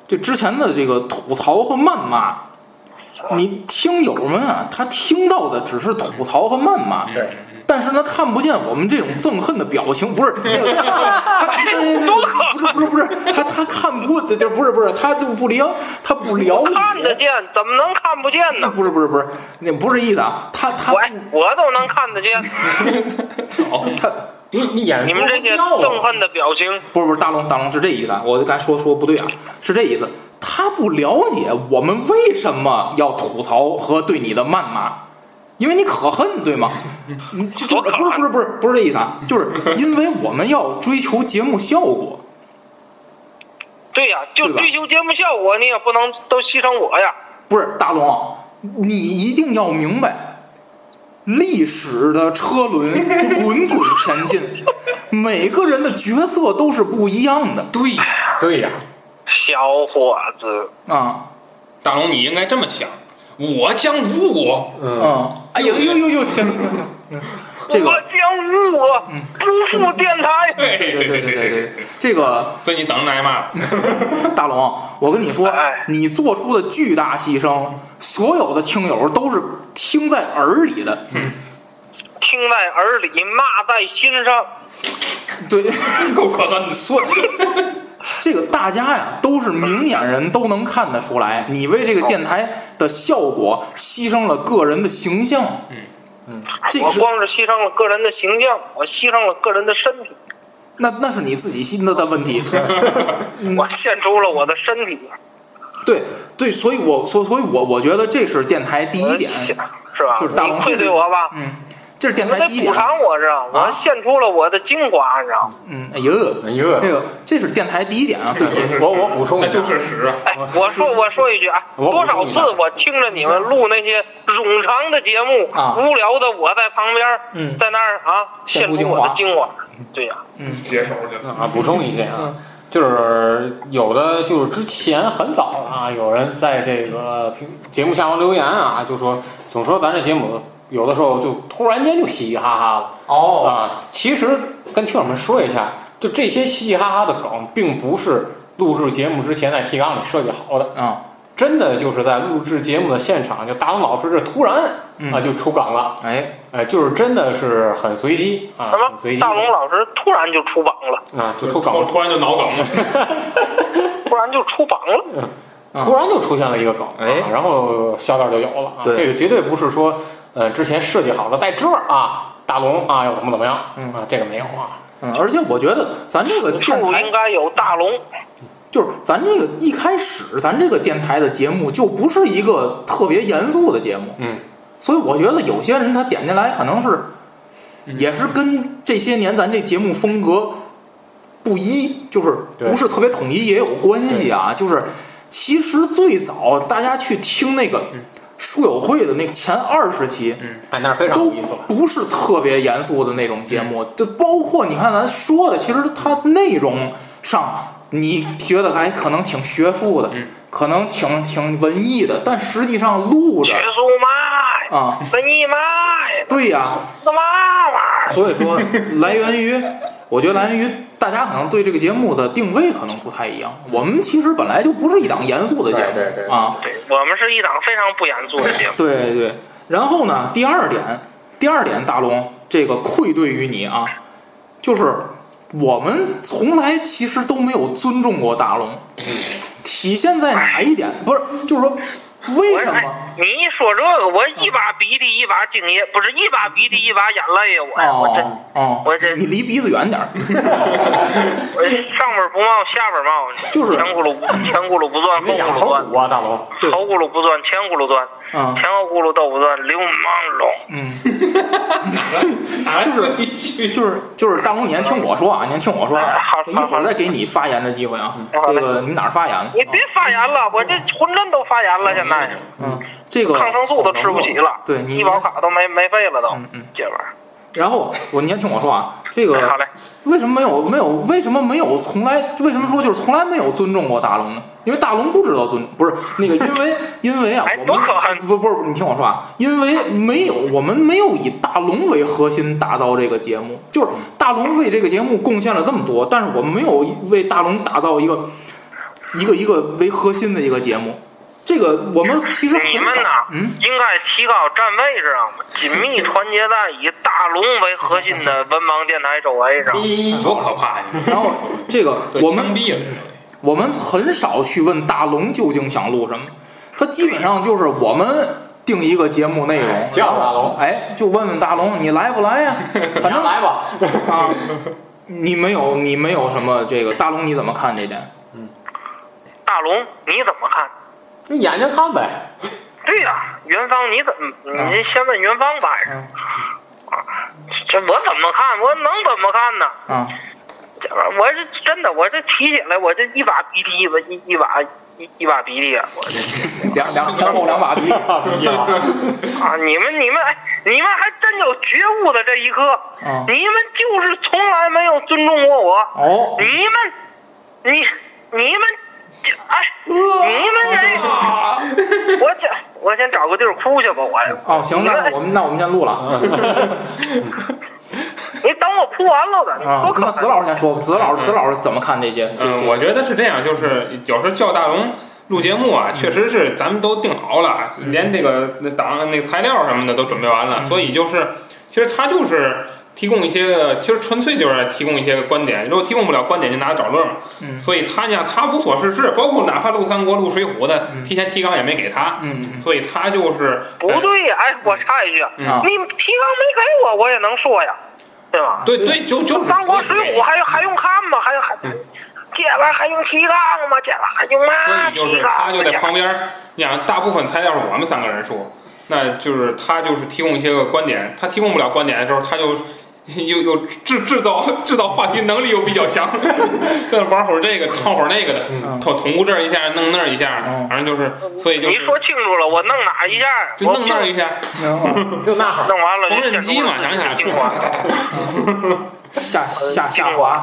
[SPEAKER 4] 这之前的这个吐槽和谩骂，你听友们啊，他听到的只是吐槽和谩
[SPEAKER 5] 嗯
[SPEAKER 4] 骂，
[SPEAKER 3] 对，
[SPEAKER 4] 但是呢，看不见我们这种憎恨的表情， 不是，那个他
[SPEAKER 5] 哎
[SPEAKER 4] 他他不是不是不是，他他看不，这这不是不是，他就不了，他不了
[SPEAKER 5] 看得
[SPEAKER 4] 解，
[SPEAKER 5] 见，怎么能看不见呢？
[SPEAKER 4] 不是不是不是，那不是意思啊，他他
[SPEAKER 5] 我我都能看得见，
[SPEAKER 4] 他
[SPEAKER 3] 你你演
[SPEAKER 5] 你们这些
[SPEAKER 3] 多
[SPEAKER 5] 憎
[SPEAKER 3] 重要啊
[SPEAKER 5] 恨的表情，
[SPEAKER 4] 不是不是大龙大龙是这意思，啊，我刚才说说不对啊，是这意思，他不了解我们为什么要吐槽和对你的谩骂。因为你可恨，对吗？你就就
[SPEAKER 5] 我可
[SPEAKER 4] 不是不是不是不是这意思啊，就是因为我们要追求节目效果，
[SPEAKER 5] 对呀、就
[SPEAKER 4] 对吧
[SPEAKER 5] 追求节目效果，你也不能都牺牲我呀。
[SPEAKER 4] 不是大龙啊，你一定要明白，历史的车轮滚滚前进，每个人的角色都是不一样的
[SPEAKER 6] 对，
[SPEAKER 3] 对呀，
[SPEAKER 5] 小伙子，
[SPEAKER 4] 啊
[SPEAKER 6] 大龙，你应该这么想，我将无我。
[SPEAKER 3] 嗯，
[SPEAKER 4] 啊！哎呦呦呦呦，行行行，嗯这
[SPEAKER 5] 我
[SPEAKER 4] 个嗯
[SPEAKER 5] 将无我，不负电台。
[SPEAKER 6] 对对
[SPEAKER 4] 对
[SPEAKER 6] 对
[SPEAKER 4] 对
[SPEAKER 6] 对
[SPEAKER 4] 对，这个
[SPEAKER 6] 所以你等着挨骂。
[SPEAKER 4] 大龙，我跟你说
[SPEAKER 5] 哎，
[SPEAKER 4] 你做出的巨大牺牲，所有的听友都是听在耳里的，
[SPEAKER 5] 嗯听在耳里，骂在心上。
[SPEAKER 4] 对。
[SPEAKER 6] 够可恨的。
[SPEAKER 4] 所以这个大家呀，都是明眼人，都能看得出来，你为这个电台的效果牺牲了个人的形象。嗯
[SPEAKER 3] 嗯，
[SPEAKER 4] 这个
[SPEAKER 5] 我
[SPEAKER 4] 是
[SPEAKER 5] 光是牺牲了个人的形象，我牺牲了个人的身体，
[SPEAKER 4] 那那是你自己心的的问题。 嗯
[SPEAKER 5] 我献出了我的身体。
[SPEAKER 4] 对对，所以我所所以我我觉得这是电台第一
[SPEAKER 5] 我
[SPEAKER 4] 点
[SPEAKER 5] 想，是吧？
[SPEAKER 4] 就是大龙
[SPEAKER 5] 你愧对我吧，
[SPEAKER 4] 嗯，这是电
[SPEAKER 5] 你
[SPEAKER 4] 台
[SPEAKER 5] 得
[SPEAKER 4] 第一
[SPEAKER 5] 补
[SPEAKER 4] 点啊，
[SPEAKER 5] 偿我，知道吗？我献出了我的精华，你知道吗？
[SPEAKER 4] 嗯，哎呦，
[SPEAKER 3] 哎呦，
[SPEAKER 4] 这个这是电台第一点啊，对
[SPEAKER 6] 这就是
[SPEAKER 3] 我我补充一
[SPEAKER 6] 那
[SPEAKER 3] 下
[SPEAKER 6] 就是实啊。
[SPEAKER 5] 哎，我说我说一句啊，
[SPEAKER 3] 我
[SPEAKER 5] 多少次我听着你们录那些冗长的节目，
[SPEAKER 4] 啊
[SPEAKER 5] 无聊的我在旁边，
[SPEAKER 4] 嗯
[SPEAKER 5] 在那儿啊
[SPEAKER 4] 献
[SPEAKER 5] 献
[SPEAKER 4] 出
[SPEAKER 5] 出
[SPEAKER 4] 精
[SPEAKER 5] 我
[SPEAKER 4] 华
[SPEAKER 5] 的精华，对呀、
[SPEAKER 6] 接手去了。
[SPEAKER 3] 啊，补充一下
[SPEAKER 5] 嗯
[SPEAKER 3] 啊，就是有的就是之前很早了啊，有人在这个评节目下方留言啊，就说总说咱这节目有的时候就突然间就嘻嘻哈哈了
[SPEAKER 4] 哦，
[SPEAKER 3] 啊。其实跟听友们说一下，就这些嘻嘻哈哈的梗，并不是录制节目之前在提纲里设计好的，
[SPEAKER 4] 啊，
[SPEAKER 3] 真的就是在录制节目的现场，就大龙老师这突然
[SPEAKER 4] 嗯
[SPEAKER 3] 啊就出梗了，
[SPEAKER 4] 哎，
[SPEAKER 3] 哎，就是真的是很随机啊，
[SPEAKER 5] 什
[SPEAKER 3] 很随
[SPEAKER 5] 么
[SPEAKER 3] 机
[SPEAKER 5] 大龙老师突然就出榜了，
[SPEAKER 3] 啊就出梗
[SPEAKER 6] 突
[SPEAKER 3] 了。
[SPEAKER 6] 突然就脑梗了，
[SPEAKER 5] 突然就出榜了，
[SPEAKER 4] 啊
[SPEAKER 3] 突然就出现了一个梗，
[SPEAKER 4] 哎
[SPEAKER 3] 啊然后笑料就有了啊。
[SPEAKER 4] 对
[SPEAKER 3] 这个绝对不是说，呃，之前设计好了在这儿啊，大龙啊要怎么怎么样，
[SPEAKER 4] 嗯
[SPEAKER 3] 啊，这个没有啊，
[SPEAKER 4] 嗯，而且我觉得咱这个
[SPEAKER 5] 处
[SPEAKER 4] 电台
[SPEAKER 5] 应该有大龙，
[SPEAKER 4] 就是咱这个一开始，咱这个电台的节目就不是一个特别严肃的节目，
[SPEAKER 3] 嗯，
[SPEAKER 4] 所以我觉得有些人他点进来可能是，也是跟这些年咱这节目风格不一，就是
[SPEAKER 3] 对
[SPEAKER 4] 不是特别统一也有关系啊。就是其实最早大家去听那个书友会的那个前二十期，
[SPEAKER 3] 哎，那是非常
[SPEAKER 4] 都
[SPEAKER 3] 有意思了。嗯
[SPEAKER 4] 不是特别严肃的那种节目，就包括你看咱说的，其实它内容上你觉得还可能挺学术的，
[SPEAKER 3] 嗯
[SPEAKER 4] 可能挺挺文艺的，但实际上录着
[SPEAKER 5] 学术嘛呀，
[SPEAKER 4] 啊，
[SPEAKER 5] 文艺嘛呀，
[SPEAKER 4] 对呀、
[SPEAKER 5] 他妈玩意儿。
[SPEAKER 4] 所以说来源于，我觉得来源于大家可能对这个节目的定位可能不太一样。我们其实本来就不是一档严肃的节目
[SPEAKER 3] 对对对
[SPEAKER 4] 啊，。
[SPEAKER 5] 对我们是一档非常不严肃的节目
[SPEAKER 4] 对对，然后呢，第二点，第二点，大龙，这个愧对于你啊，就是我们从来其实都没有尊重过大龙，体现在哪一点？不是，就是说， 为
[SPEAKER 5] 我
[SPEAKER 4] 什
[SPEAKER 5] 说，
[SPEAKER 4] 么？
[SPEAKER 5] 哎，你一说这个，我一把鼻涕一把敬业，不是一把鼻涕一把眼泪呀！我呀，我这
[SPEAKER 4] 哦哦，
[SPEAKER 5] 我这
[SPEAKER 4] 你离鼻子远点 儿。
[SPEAKER 5] 我这哎上边不冒下边冒，
[SPEAKER 4] 就是
[SPEAKER 5] 前轱辘不前轱辘不转
[SPEAKER 3] 你
[SPEAKER 5] 后
[SPEAKER 3] 养
[SPEAKER 5] 轱
[SPEAKER 3] 头
[SPEAKER 5] 辘转，
[SPEAKER 3] 骨啊，大龙，
[SPEAKER 5] 后轱辘不转前轱辘转，
[SPEAKER 4] 嗯
[SPEAKER 5] 前后轱辘都不转，流氓龙。
[SPEAKER 4] 嗯。
[SPEAKER 6] 哪来一句？
[SPEAKER 4] 就是就是大龙，你先听我说啊，你先听我说啊，
[SPEAKER 5] 好
[SPEAKER 4] 一会儿再给你发言的机会啊。
[SPEAKER 5] 好嘞
[SPEAKER 4] 这个你哪儿发言了？
[SPEAKER 5] 你别发言了，我这浑身都发炎了，现在
[SPEAKER 4] 嗯，这个
[SPEAKER 5] 抗生素都吃不起了，
[SPEAKER 4] 对你
[SPEAKER 5] 医保卡都没没费了都
[SPEAKER 4] 嗯嗯，
[SPEAKER 5] 这玩意儿。哎
[SPEAKER 4] 然后我你先听我说啊，这个
[SPEAKER 5] 好嘞，
[SPEAKER 4] 为什么没有没有为什么没有从来为什么说就是从来没有尊重过大龙呢？因为大龙不知道尊不是那个，因为因为啊，
[SPEAKER 5] 哎
[SPEAKER 4] 我们
[SPEAKER 5] 多可恨
[SPEAKER 4] 不不是你听我说啊，因为没有我们没有以大龙为核心打造这个节目，就是大龙为这个节目贡献了这么多，但是我们没有为大龙打造一个一个一个为核心的一个节目。这个我们其实很
[SPEAKER 5] 你们
[SPEAKER 4] 少
[SPEAKER 5] 呐，
[SPEAKER 4] 嗯，
[SPEAKER 5] 应该提高站位，知道吗？紧密团结在以大龙为核心的文盲电台周围，知道吗？
[SPEAKER 6] 嗯多可怕呀！
[SPEAKER 4] 然后这个
[SPEAKER 6] 对
[SPEAKER 4] 我们
[SPEAKER 6] 枪毙了，
[SPEAKER 4] 我们很少去问大龙究竟想录什么，他基本上就是我们定一个节目内容，
[SPEAKER 3] 叫大龙，
[SPEAKER 4] 哎，就问问大龙你来不来呀？反正
[SPEAKER 3] 来吧，
[SPEAKER 4] 啊，你没有你没有什么这个大龙你怎么看这点？
[SPEAKER 5] 大龙你怎么看？
[SPEAKER 3] 就眼睛看呗。
[SPEAKER 5] 对呀、元芳你怎么？你这先问元芳吧。
[SPEAKER 4] 嗯
[SPEAKER 5] 这我怎么看？我能怎么看呢？
[SPEAKER 4] 啊，
[SPEAKER 5] 这玩意儿我这真的，我这提起来，我这一把鼻涕一把一一把一一把鼻涕啊！我这
[SPEAKER 4] 两两前后两把鼻，嗯
[SPEAKER 5] 啊，你们你们哎，你们还真有觉悟的这一刻，
[SPEAKER 4] 嗯
[SPEAKER 5] 你们就是从来没有尊重过我。
[SPEAKER 4] 哦，
[SPEAKER 5] 你们，你你们，这哎，你
[SPEAKER 4] 嗯
[SPEAKER 5] 们 哎，我这我先找个地儿哭去吧，我。
[SPEAKER 4] 哦，行，那我们那我们先录了啊，
[SPEAKER 5] 你等我哭完了的，
[SPEAKER 4] 啊
[SPEAKER 5] 多可
[SPEAKER 4] 那子老
[SPEAKER 5] 恨！
[SPEAKER 4] 师先说，子老师子老师怎么看这些？这
[SPEAKER 6] 嗯，
[SPEAKER 4] 这
[SPEAKER 6] 我觉得是这样，就是有时候叫大龙录节目
[SPEAKER 4] 嗯
[SPEAKER 6] 啊，确实是咱们都定好了，连这个那档那材料什么的都准备完
[SPEAKER 4] 嗯
[SPEAKER 6] 了，所以就是其实他就是提供一些，其实纯粹就是提供一些观点，如果提供不了观点就拿他找乐嘛。
[SPEAKER 4] 嗯
[SPEAKER 6] 所以他呢，他无所事事，包括哪怕录三国、录水浒的
[SPEAKER 4] 嗯，
[SPEAKER 6] 提前提纲也没给他，
[SPEAKER 4] 嗯嗯
[SPEAKER 6] 所以他就是呃
[SPEAKER 5] 不对呀，哎，我插一句，
[SPEAKER 4] 嗯啊
[SPEAKER 5] 你提纲没给我，我也能说呀，对吧？
[SPEAKER 6] 对对，就就是
[SPEAKER 5] 三国水浒还还用看吗？还还这玩意儿还用提纲吗？这玩意儿还用
[SPEAKER 6] 嗯所
[SPEAKER 5] 嘛
[SPEAKER 6] 以就是
[SPEAKER 5] 提
[SPEAKER 6] 他
[SPEAKER 5] 纲
[SPEAKER 6] 就
[SPEAKER 5] 吗？
[SPEAKER 6] 在旁边，你想大部分材料是我们三个人说，那就是他就是提供一些个观点，他提供不了观点的时候，他就 又又制制造制造话题能力又比较强， 再玩会儿这个，烫会儿那个的，
[SPEAKER 4] 嗯
[SPEAKER 6] 捅捅咕这儿一下，弄那儿一下
[SPEAKER 4] 嗯，
[SPEAKER 6] 反正就是，所以就
[SPEAKER 5] 你
[SPEAKER 6] 是
[SPEAKER 5] 说清楚了，我弄哪一下？
[SPEAKER 6] 就
[SPEAKER 5] 我
[SPEAKER 6] 弄那儿一下，
[SPEAKER 4] 嗯
[SPEAKER 3] 就那会儿
[SPEAKER 5] 弄完了，
[SPEAKER 6] 缝纫机嘛
[SPEAKER 5] 现
[SPEAKER 6] 想
[SPEAKER 5] 出了
[SPEAKER 6] 起来了
[SPEAKER 5] 精 华，
[SPEAKER 4] 下下下滑，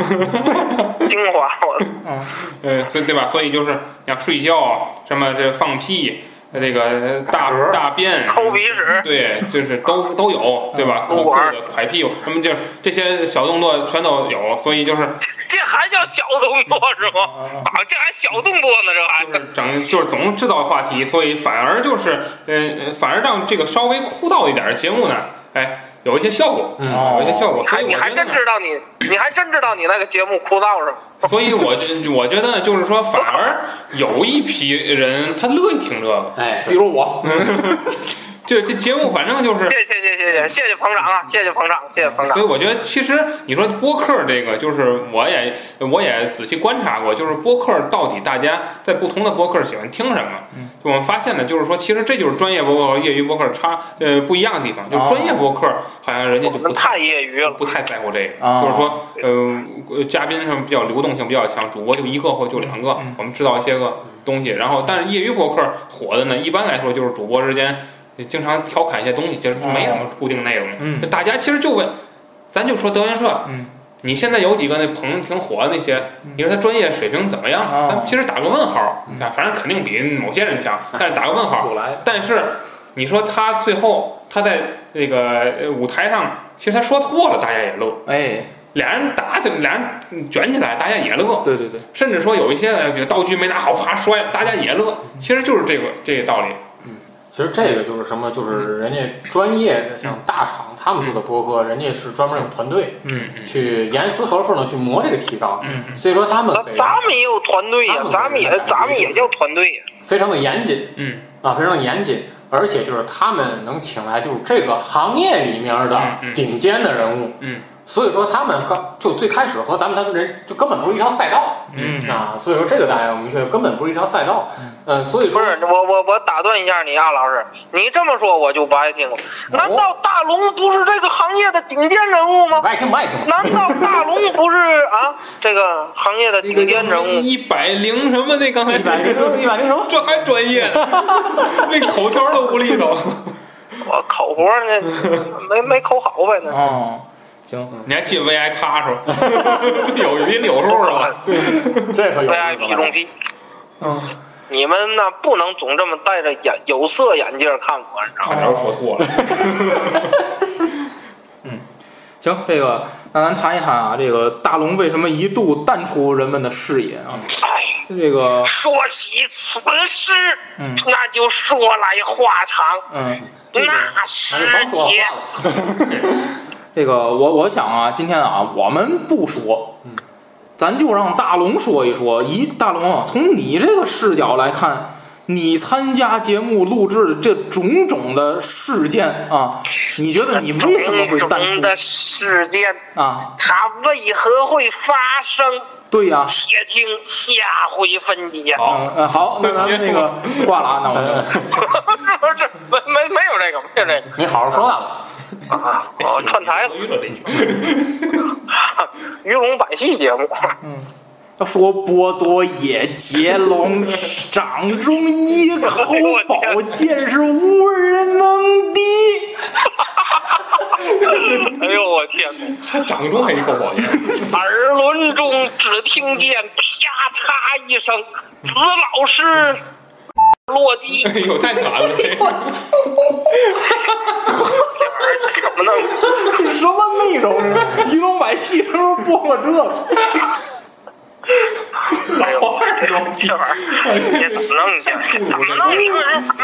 [SPEAKER 5] 精华，我
[SPEAKER 4] 嗯，
[SPEAKER 6] 呃，所以 对吧？所以就是像睡觉什么这放屁，这个大
[SPEAKER 3] 嗝
[SPEAKER 6] 大便
[SPEAKER 5] 抠鼻屎，
[SPEAKER 6] 对，就是都都有，对吧？
[SPEAKER 5] 啊嗯
[SPEAKER 6] 抠裤子、挎屁股，什么就是这些小动作全都有，所以 就是
[SPEAKER 5] 这还叫小动作是吗？
[SPEAKER 4] 嗯
[SPEAKER 5] 啊，这还小动作呢，这还
[SPEAKER 6] 就是整就是总制造话题，所以反而就是呃，反而让这个稍微枯燥一点的节目呢，哎，有一些效果，
[SPEAKER 3] 嗯
[SPEAKER 6] 有一些效果。所
[SPEAKER 5] 哦还
[SPEAKER 6] 以
[SPEAKER 5] 哎你
[SPEAKER 6] 我
[SPEAKER 5] 还
[SPEAKER 6] 觉得
[SPEAKER 5] 真
[SPEAKER 6] 呢，
[SPEAKER 5] 知道你，你还真知道你那个节目枯燥是吗？
[SPEAKER 6] 所以我就我觉得就是说，反而有一批人他乐意听这个，
[SPEAKER 3] 哎，
[SPEAKER 4] 比如我，
[SPEAKER 6] 就这节目反正就是
[SPEAKER 5] 谢谢谢谢谢谢谢谢捧场啊，谢谢捧场，谢谢捧
[SPEAKER 6] 所以
[SPEAKER 5] 场。
[SPEAKER 6] 我觉得，其实你说播客这个，就是我也我也仔细观察过，就是播客到底大家在不同的播客喜欢听什么。
[SPEAKER 4] 嗯
[SPEAKER 6] 就我们发现呢，就是说，其实这就是专业播客和业余播客差呃不一样的地方。就
[SPEAKER 4] 哦
[SPEAKER 6] 专业播客好像人家就
[SPEAKER 5] 我
[SPEAKER 6] 不
[SPEAKER 5] 们太业余了，
[SPEAKER 6] 不太在乎这个，
[SPEAKER 4] 哦
[SPEAKER 6] 就是说，呃，呃嘉宾上比较流动性比较强，主播就一个或就两个，
[SPEAKER 4] 嗯
[SPEAKER 6] 我们知道一些个东西。然后，但是业余博客火的呢，一般来说就是主播之间呃经常调侃一些东西，就是没什么固定内容。
[SPEAKER 4] 嗯
[SPEAKER 6] 就大家其实就问，咱就说德云社，
[SPEAKER 4] 嗯
[SPEAKER 6] 你现在有几个那朋友挺火的那些
[SPEAKER 4] 嗯，
[SPEAKER 6] 你说他专业水平怎么样？
[SPEAKER 4] 哦
[SPEAKER 6] 咱其实打个问号
[SPEAKER 4] 嗯，
[SPEAKER 6] 啊反正肯定比某些人强，但是打个问号。
[SPEAKER 3] 我来，
[SPEAKER 6] 但是你说他最后他在那个呃舞台上，其实他说错了，大家也乐。
[SPEAKER 4] 哎，
[SPEAKER 6] 俩人打起，俩人卷起来，大家也乐。
[SPEAKER 4] 对对对，
[SPEAKER 6] 甚至说有一些呃比如道具没拿好，啪摔了，大家也乐。其实就是这个这个道理。
[SPEAKER 3] 其实这个就是什么，就是人家专业的像大厂他们做的播客，人家是专门有团队
[SPEAKER 6] 嗯嗯
[SPEAKER 3] 去严丝合缝的去磨这个提纲，
[SPEAKER 6] 嗯嗯
[SPEAKER 3] 所以说他们
[SPEAKER 5] 咱咱们也有团队呀，咱们也咱们也叫团队呀。
[SPEAKER 3] 非常的严谨
[SPEAKER 6] 嗯
[SPEAKER 3] 啊，非常的严谨，而且就是他们能请来就是这个行业里面的
[SPEAKER 6] 嗯嗯
[SPEAKER 3] 顶尖的人物，
[SPEAKER 6] 嗯
[SPEAKER 3] 所以说他们刚就最开始和咱们他们人就根本不是一条赛道
[SPEAKER 6] 嗯
[SPEAKER 3] 啊，所以说这个大家要明确，根本不是一条赛道，嗯，所以
[SPEAKER 5] 不
[SPEAKER 3] 说
[SPEAKER 5] 是我我我打断一下你啊，老师，你这么说我就不爱听了。难道大龙不是这个行业的顶尖人物吗
[SPEAKER 3] 不？爱听不爱
[SPEAKER 4] 哎
[SPEAKER 3] 听，
[SPEAKER 5] 难道大龙不是啊这个行业的
[SPEAKER 6] 那个嗯
[SPEAKER 5] 顶尖人物？
[SPEAKER 6] 一百零什么那刚才
[SPEAKER 3] 一百零一百零什么？
[SPEAKER 6] 这还专 业呢，那口条都无力头。
[SPEAKER 5] 我口活呢，没没口好呗那。
[SPEAKER 4] 哦，行，
[SPEAKER 6] 你还记得 VI 咔是吧？ 有有有时候是吧？
[SPEAKER 3] 这哎可有意
[SPEAKER 5] VIP
[SPEAKER 3] 思
[SPEAKER 5] 中
[SPEAKER 3] 了。
[SPEAKER 5] 哎批，
[SPEAKER 4] 嗯，
[SPEAKER 5] 你们呢不能总这么戴着眼有色眼镜看我，你知道
[SPEAKER 6] 差
[SPEAKER 5] 吗？
[SPEAKER 6] 点说错 了。
[SPEAKER 4] 行，这个那咱谈一谈啊，这个大龙为什么一度淡出人们的视野啊？
[SPEAKER 5] 哎，
[SPEAKER 4] 这个，
[SPEAKER 5] 说起此事，
[SPEAKER 4] 嗯
[SPEAKER 5] 那就说来话长。
[SPEAKER 4] 嗯，
[SPEAKER 5] 那
[SPEAKER 3] 咱
[SPEAKER 5] 师
[SPEAKER 3] 就甭说
[SPEAKER 5] 姐
[SPEAKER 3] 话，了，
[SPEAKER 4] 这个我我想啊，今天啊，我们不说，
[SPEAKER 3] 嗯，
[SPEAKER 4] 咱就让大龙说一说。咦，大龙啊，从你这个视角来看，你参加节目录制的这种种的事件啊，你觉得你为什么会
[SPEAKER 5] 种
[SPEAKER 4] 淡
[SPEAKER 5] 种的
[SPEAKER 4] 出
[SPEAKER 5] 事件，
[SPEAKER 4] 啊？
[SPEAKER 5] 它为何会发生？
[SPEAKER 4] 对呀、
[SPEAKER 5] 且听下回分解。
[SPEAKER 6] 好
[SPEAKER 4] 嗯、呃好，那咱们那个挂了啊，那我就
[SPEAKER 5] 不是 没没没有这个，没有这
[SPEAKER 3] 你好好说话
[SPEAKER 5] 个啊！我串台了，
[SPEAKER 6] 娱乐这句。
[SPEAKER 5] 鱼龙百戏节目。
[SPEAKER 4] 嗯，要说波多野结龙掌中一口宝剑是无人能敌。
[SPEAKER 5] 哎呦我天哪！
[SPEAKER 6] 掌中还一口 宝剑，
[SPEAKER 5] 耳轮中只听见啪嚓一声，子老师落地，
[SPEAKER 6] 哎呦，太惨 了！这个
[SPEAKER 5] 怎么弄？
[SPEAKER 4] 这什么内容？鱼龙百戏是不是播过这个？
[SPEAKER 5] 哎呦，这这玩意儿，这怎么弄？这怎么弄？你说这怎么？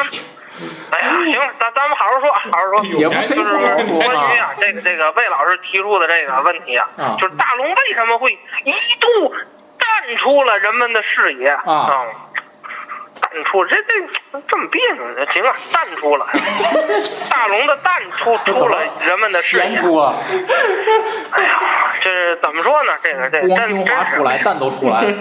[SPEAKER 5] 哎呀，行了，咱咱们好好说，好好说。
[SPEAKER 6] 有
[SPEAKER 4] 不
[SPEAKER 5] 就是是
[SPEAKER 4] 不好
[SPEAKER 5] 关于啊，这个这个魏老师提出的这个问题啊，
[SPEAKER 4] 啊
[SPEAKER 5] 就是大龙为什么会一度淡出了人们的视野啊淡出这这这么别扭呢？行了，淡出了，大龙的淡出出了人们的视
[SPEAKER 3] 闲
[SPEAKER 4] 啊
[SPEAKER 5] 野。
[SPEAKER 3] 说，
[SPEAKER 5] 哎呀，这怎么说呢？这个这
[SPEAKER 4] 不
[SPEAKER 5] 个
[SPEAKER 4] 光
[SPEAKER 5] 真
[SPEAKER 4] 精
[SPEAKER 5] 真
[SPEAKER 4] 华
[SPEAKER 5] 是
[SPEAKER 4] 出来，蛋都出来了。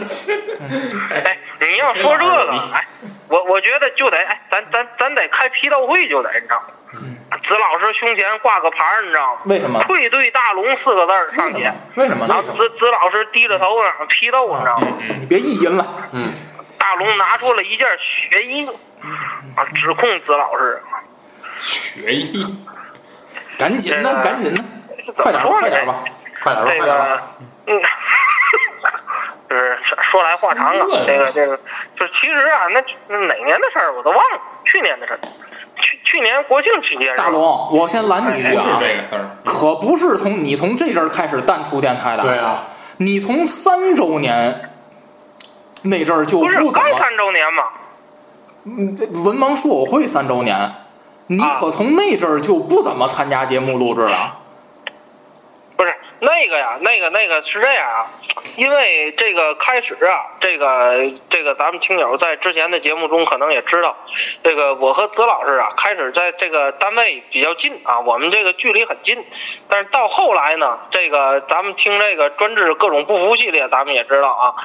[SPEAKER 5] 哎，你要说这个，
[SPEAKER 4] 嗯
[SPEAKER 5] 哎，我我觉得就得哎，咱咱咱得开批斗会就得，你知道吗？
[SPEAKER 4] 嗯
[SPEAKER 5] 子老师胸前挂个牌儿，你知道吗？
[SPEAKER 4] 为什么？
[SPEAKER 5] 愧对大龙四个字儿上
[SPEAKER 4] 为
[SPEAKER 5] 写
[SPEAKER 4] 什，么为什么？
[SPEAKER 5] 然后
[SPEAKER 4] 为什么？
[SPEAKER 5] 子子老师低着头呢，批斗，你知道吗？
[SPEAKER 6] 嗯
[SPEAKER 4] 你别意淫了，
[SPEAKER 3] 嗯，
[SPEAKER 5] 大龙拿出了一件血衣，
[SPEAKER 4] 嗯
[SPEAKER 5] 啊，指控子老师，哎
[SPEAKER 6] 学艺
[SPEAKER 4] 赶紧
[SPEAKER 5] 这
[SPEAKER 4] 的，
[SPEAKER 5] 个
[SPEAKER 4] 赶紧的，
[SPEAKER 5] 呃怎
[SPEAKER 4] 快
[SPEAKER 5] 么
[SPEAKER 4] 点
[SPEAKER 5] 说
[SPEAKER 4] 吧，
[SPEAKER 5] 呢
[SPEAKER 4] 快点吧。
[SPEAKER 3] 快点吧，
[SPEAKER 5] 这
[SPEAKER 3] 快点吧。
[SPEAKER 5] 个， 嗯，就是说说来话长啊，这个这个，就是其实啊，那那哪年的事儿我都忘了，去年的事儿，去去年国庆期间是吧，
[SPEAKER 4] 大龙，我先拦你一
[SPEAKER 6] 不是
[SPEAKER 4] 句啊，
[SPEAKER 6] 这个词儿，
[SPEAKER 4] 可不是从你从这阵儿开始淡出电台的，
[SPEAKER 3] 对啊，
[SPEAKER 4] 你从三周年那阵儿就
[SPEAKER 5] 不是
[SPEAKER 4] 怎
[SPEAKER 5] 刚
[SPEAKER 4] 么
[SPEAKER 5] 三周年嘛？
[SPEAKER 4] 嗯，文盲说我会三周年，你
[SPEAKER 5] 啊
[SPEAKER 4] 可从那阵儿就不怎么参加节目录制了。
[SPEAKER 5] 不是那个呀，那个那个是这样啊，因为这个开始啊，这个这个咱们听友在之前的节目中可能也知道，这个我和子老师啊，开始在这个单位比较近啊，我们这个距离很近，但是到后来呢，这个咱们听这个专治各种不服系列，咱们也知道啊。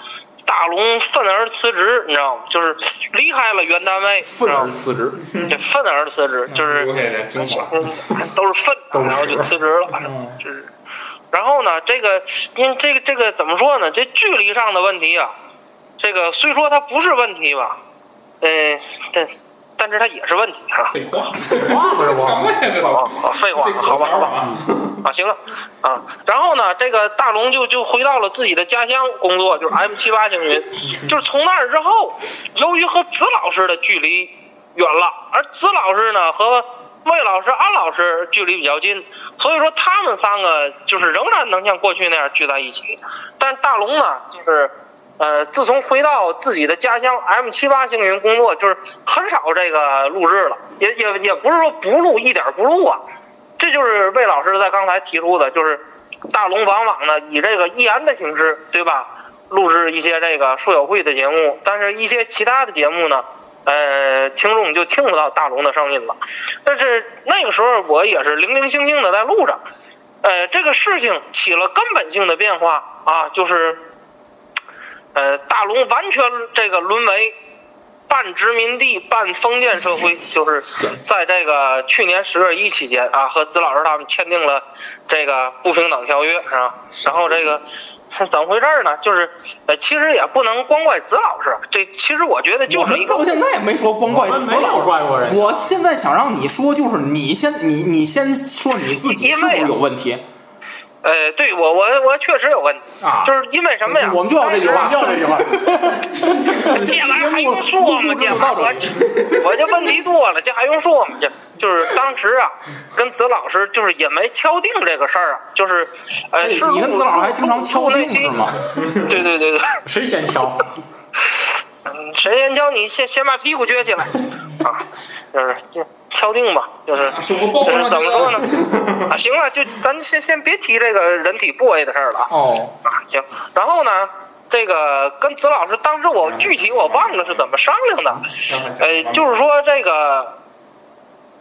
[SPEAKER 5] 大龙愤而辞职，你知道吗？就是离开了原单位，
[SPEAKER 4] 愤而辞职，
[SPEAKER 5] 这愤而辞职，就是
[SPEAKER 6] 留下点精华。
[SPEAKER 5] 都是嗯愤，然后就辞职了，反正就是。然后呢，这个因为这个这个怎么说呢？这距离上的问题啊，这个虽说它不是问题吧，嗯、但但是它也是问题啊。
[SPEAKER 6] 废话，
[SPEAKER 3] 话不是
[SPEAKER 6] 什
[SPEAKER 3] 我
[SPEAKER 6] 么，呀？这
[SPEAKER 5] 好
[SPEAKER 6] 都
[SPEAKER 5] 吧，好废话
[SPEAKER 6] 这，口
[SPEAKER 5] 好吧，
[SPEAKER 6] 条
[SPEAKER 5] 好
[SPEAKER 6] 儿
[SPEAKER 5] 吧，
[SPEAKER 6] 啊，
[SPEAKER 5] 啊，行了，啊，然后呢，这个大龙就就回到了自己的家乡工作，就是 M 七八星云，就是从那儿之后，由于和子老师的距离远了，而子老师呢和魏老师、安老师距离比较近，所以说他们三个就是仍然能像过去那样聚在一起，但是大龙呢，就是。呃，自从回到自己的家乡 M 七八星云工作，就是很少这个录制了，也也也不是说不录一点儿不录啊，这就是魏老师在刚才提出的，就是大龙往往呢以这个一言的形式，对吧？录制一些这个书友会的节目，但是一些其他的节目呢，呃，听众就听不到大龙的声音了。但是那个时候我也是零零星星的在录着，呃，这个事情起了根本性的变化啊，就是，呃，大龙完全这个沦为半殖民地半封建社会，就是在这个去年十月一期间啊，和子老师他们签订了这个不平等条约啊，然后这个。怎么回事呢？就是，呃，其实也不能光怪子老师，这其实我觉得
[SPEAKER 4] 我
[SPEAKER 5] 就是一
[SPEAKER 4] 们
[SPEAKER 5] 个
[SPEAKER 4] 到现在也没说光
[SPEAKER 3] 我
[SPEAKER 4] 怪
[SPEAKER 3] 们
[SPEAKER 4] 子
[SPEAKER 3] 没有
[SPEAKER 4] 老师。
[SPEAKER 3] 怪过人。
[SPEAKER 4] 我现在想让你说，就是你先你你先说你自己
[SPEAKER 5] 因
[SPEAKER 4] 是
[SPEAKER 5] 为啊
[SPEAKER 4] 不是有问题
[SPEAKER 5] 呃，对我我我确实有问题，
[SPEAKER 4] 啊？
[SPEAKER 5] 就是因为什么呀？啊
[SPEAKER 4] 我们就要这句话，
[SPEAKER 3] 要这句话，
[SPEAKER 5] 这玩意儿还用说吗？这玩意
[SPEAKER 4] 到
[SPEAKER 5] 儿
[SPEAKER 4] 这儿
[SPEAKER 5] 我我这问题多了，这还用说吗？这就是当时啊，跟子老师就是也没敲定这个事儿啊，就是呃，是
[SPEAKER 4] 你跟子老师还经常敲
[SPEAKER 5] 那
[SPEAKER 4] 定
[SPEAKER 5] 些
[SPEAKER 4] 是吗？？
[SPEAKER 5] 对对对对，
[SPEAKER 3] 谁先敲？
[SPEAKER 5] 嗯谁先教你先先把屁股撅起来啊？就是敲定吧，就是
[SPEAKER 6] 啊是不包
[SPEAKER 5] 就
[SPEAKER 6] 了
[SPEAKER 5] 是怎么说呢？
[SPEAKER 6] 哎
[SPEAKER 5] 啊，行了，就咱先先别提这个人体部位的事儿了啊。
[SPEAKER 4] 哦，
[SPEAKER 5] 啊，行。然后呢，这个跟子老师，当时我具体我忘了是怎么商量的，呃，就是说这个，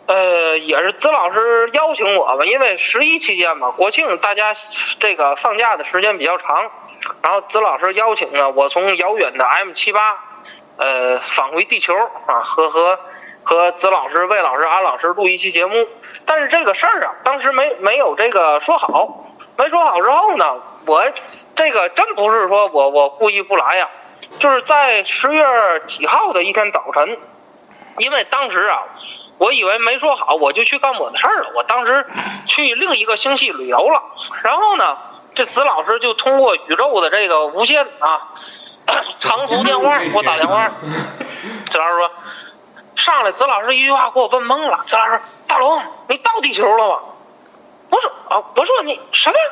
[SPEAKER 5] 呃，也是子老师邀请我吧，因为十一期间嘛，国庆大家这个放假的时间比较长，然后子老师邀请呢，我从遥远的 M 七八，呃，返回地球啊，和和和子老师、魏老师、安老师录一期节目，但是这个事儿啊，当时没没有这个说好，没说好之后呢，我这个真不是说我我故意不来呀、就是在十月几号的一天早晨，因为当时啊，我以为没说好，我就去干我的事儿了。我当时去另一个星系旅游了，然后呢，这子老师就通过宇宙的这个无线啊，长途电话给我打电话，子老师说，上来子老师一句话给我问懵了，子老师说大龙，你到地球了吗？我说啊，我说你什么呀？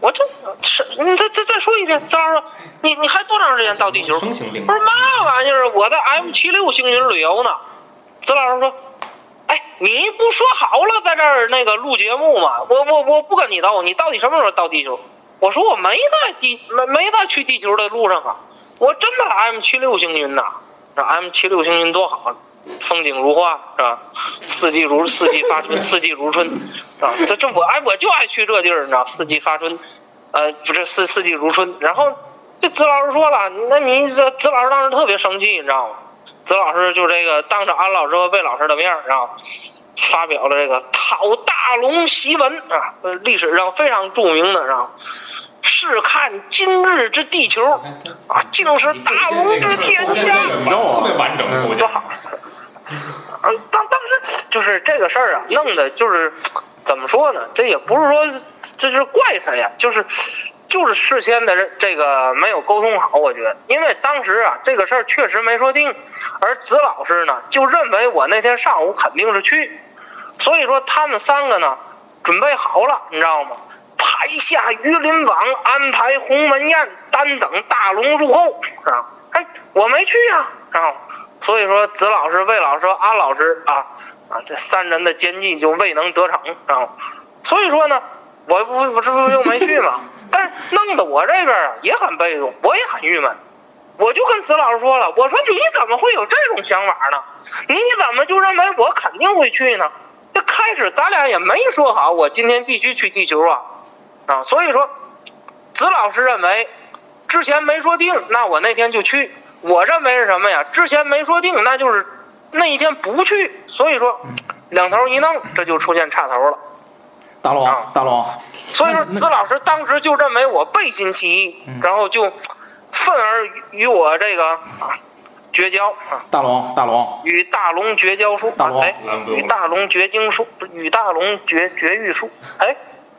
[SPEAKER 5] 我这是你再再再说一遍，子老师说你你还多长时间到地球？
[SPEAKER 6] 声情并
[SPEAKER 5] 不
[SPEAKER 6] 茂
[SPEAKER 5] 是，嘛玩意儿，我在 M 七六星云旅游呢。子老师说，哎，你不说好了在这儿那个录节目吗？我我我不跟你斗，你到底什么时候到地球？我说我没在地没没在去地球的路上啊，我真的 M 七六星云呐、这 M 七六星云多好，啊风景如画是吧？四季如四季发春，四季如春，啊，这这我哎我就爱去这地儿，你知道，四季发春。呃，不是四四季如春。然后这子老师说了，那你这子老师当时特别生气，你知道吗？子老师就这个当着安老师和魏老师的面儿，然后发表了这个讨大龙檄文啊，呃历史上非常著名的，然后试看今日之地球啊，竟是大龙之天
[SPEAKER 6] 哎
[SPEAKER 5] 下。
[SPEAKER 6] 特别完整，我觉得
[SPEAKER 5] 多好。呃，当当时就是这个事儿啊，弄的就是怎么说呢？这也不是说这是怪谁呀、就是就是事先的这这个没有沟通好，我觉得，因为当时啊这个事儿确实没说定，而子老师呢就认为我那天上午肯定是去，所以说他们三个呢准备好了，你知道吗？排下鱼鳞网，安排鸿门宴，单等大龙入后啊！哎，我没去呀、啊，后所以说子老师、魏老师、安老师啊啊，这三人的奸计就未能得逞啊！所以说呢，我不我这不又没去嘛，但是弄得我这边啊也很被动，我也很郁闷。我就跟子老师说了，我说你怎么会有这种想法呢？你怎么就认为我肯定会去呢？这开始咱俩也没说好，我今天必须去地球啊，啊，所以说，子老师认为之前没说定，那我那天就去。我认为是什么呀？之前没说定，那就是那一天不去。所以说，两头一弄，这就出现岔头了。
[SPEAKER 4] 大龙
[SPEAKER 5] 啊，
[SPEAKER 4] 大龙，
[SPEAKER 5] 所以说，子老师当时就认为我背信弃义，
[SPEAKER 4] 嗯
[SPEAKER 5] 然后就愤而与与我这个啊绝交啊，
[SPEAKER 4] 大龙，大龙，
[SPEAKER 5] 与大龙绝交术，
[SPEAKER 4] 大龙
[SPEAKER 5] 哎，
[SPEAKER 6] 咱不用
[SPEAKER 5] 与大龙绝经术，不是与大龙绝绝育术，哎，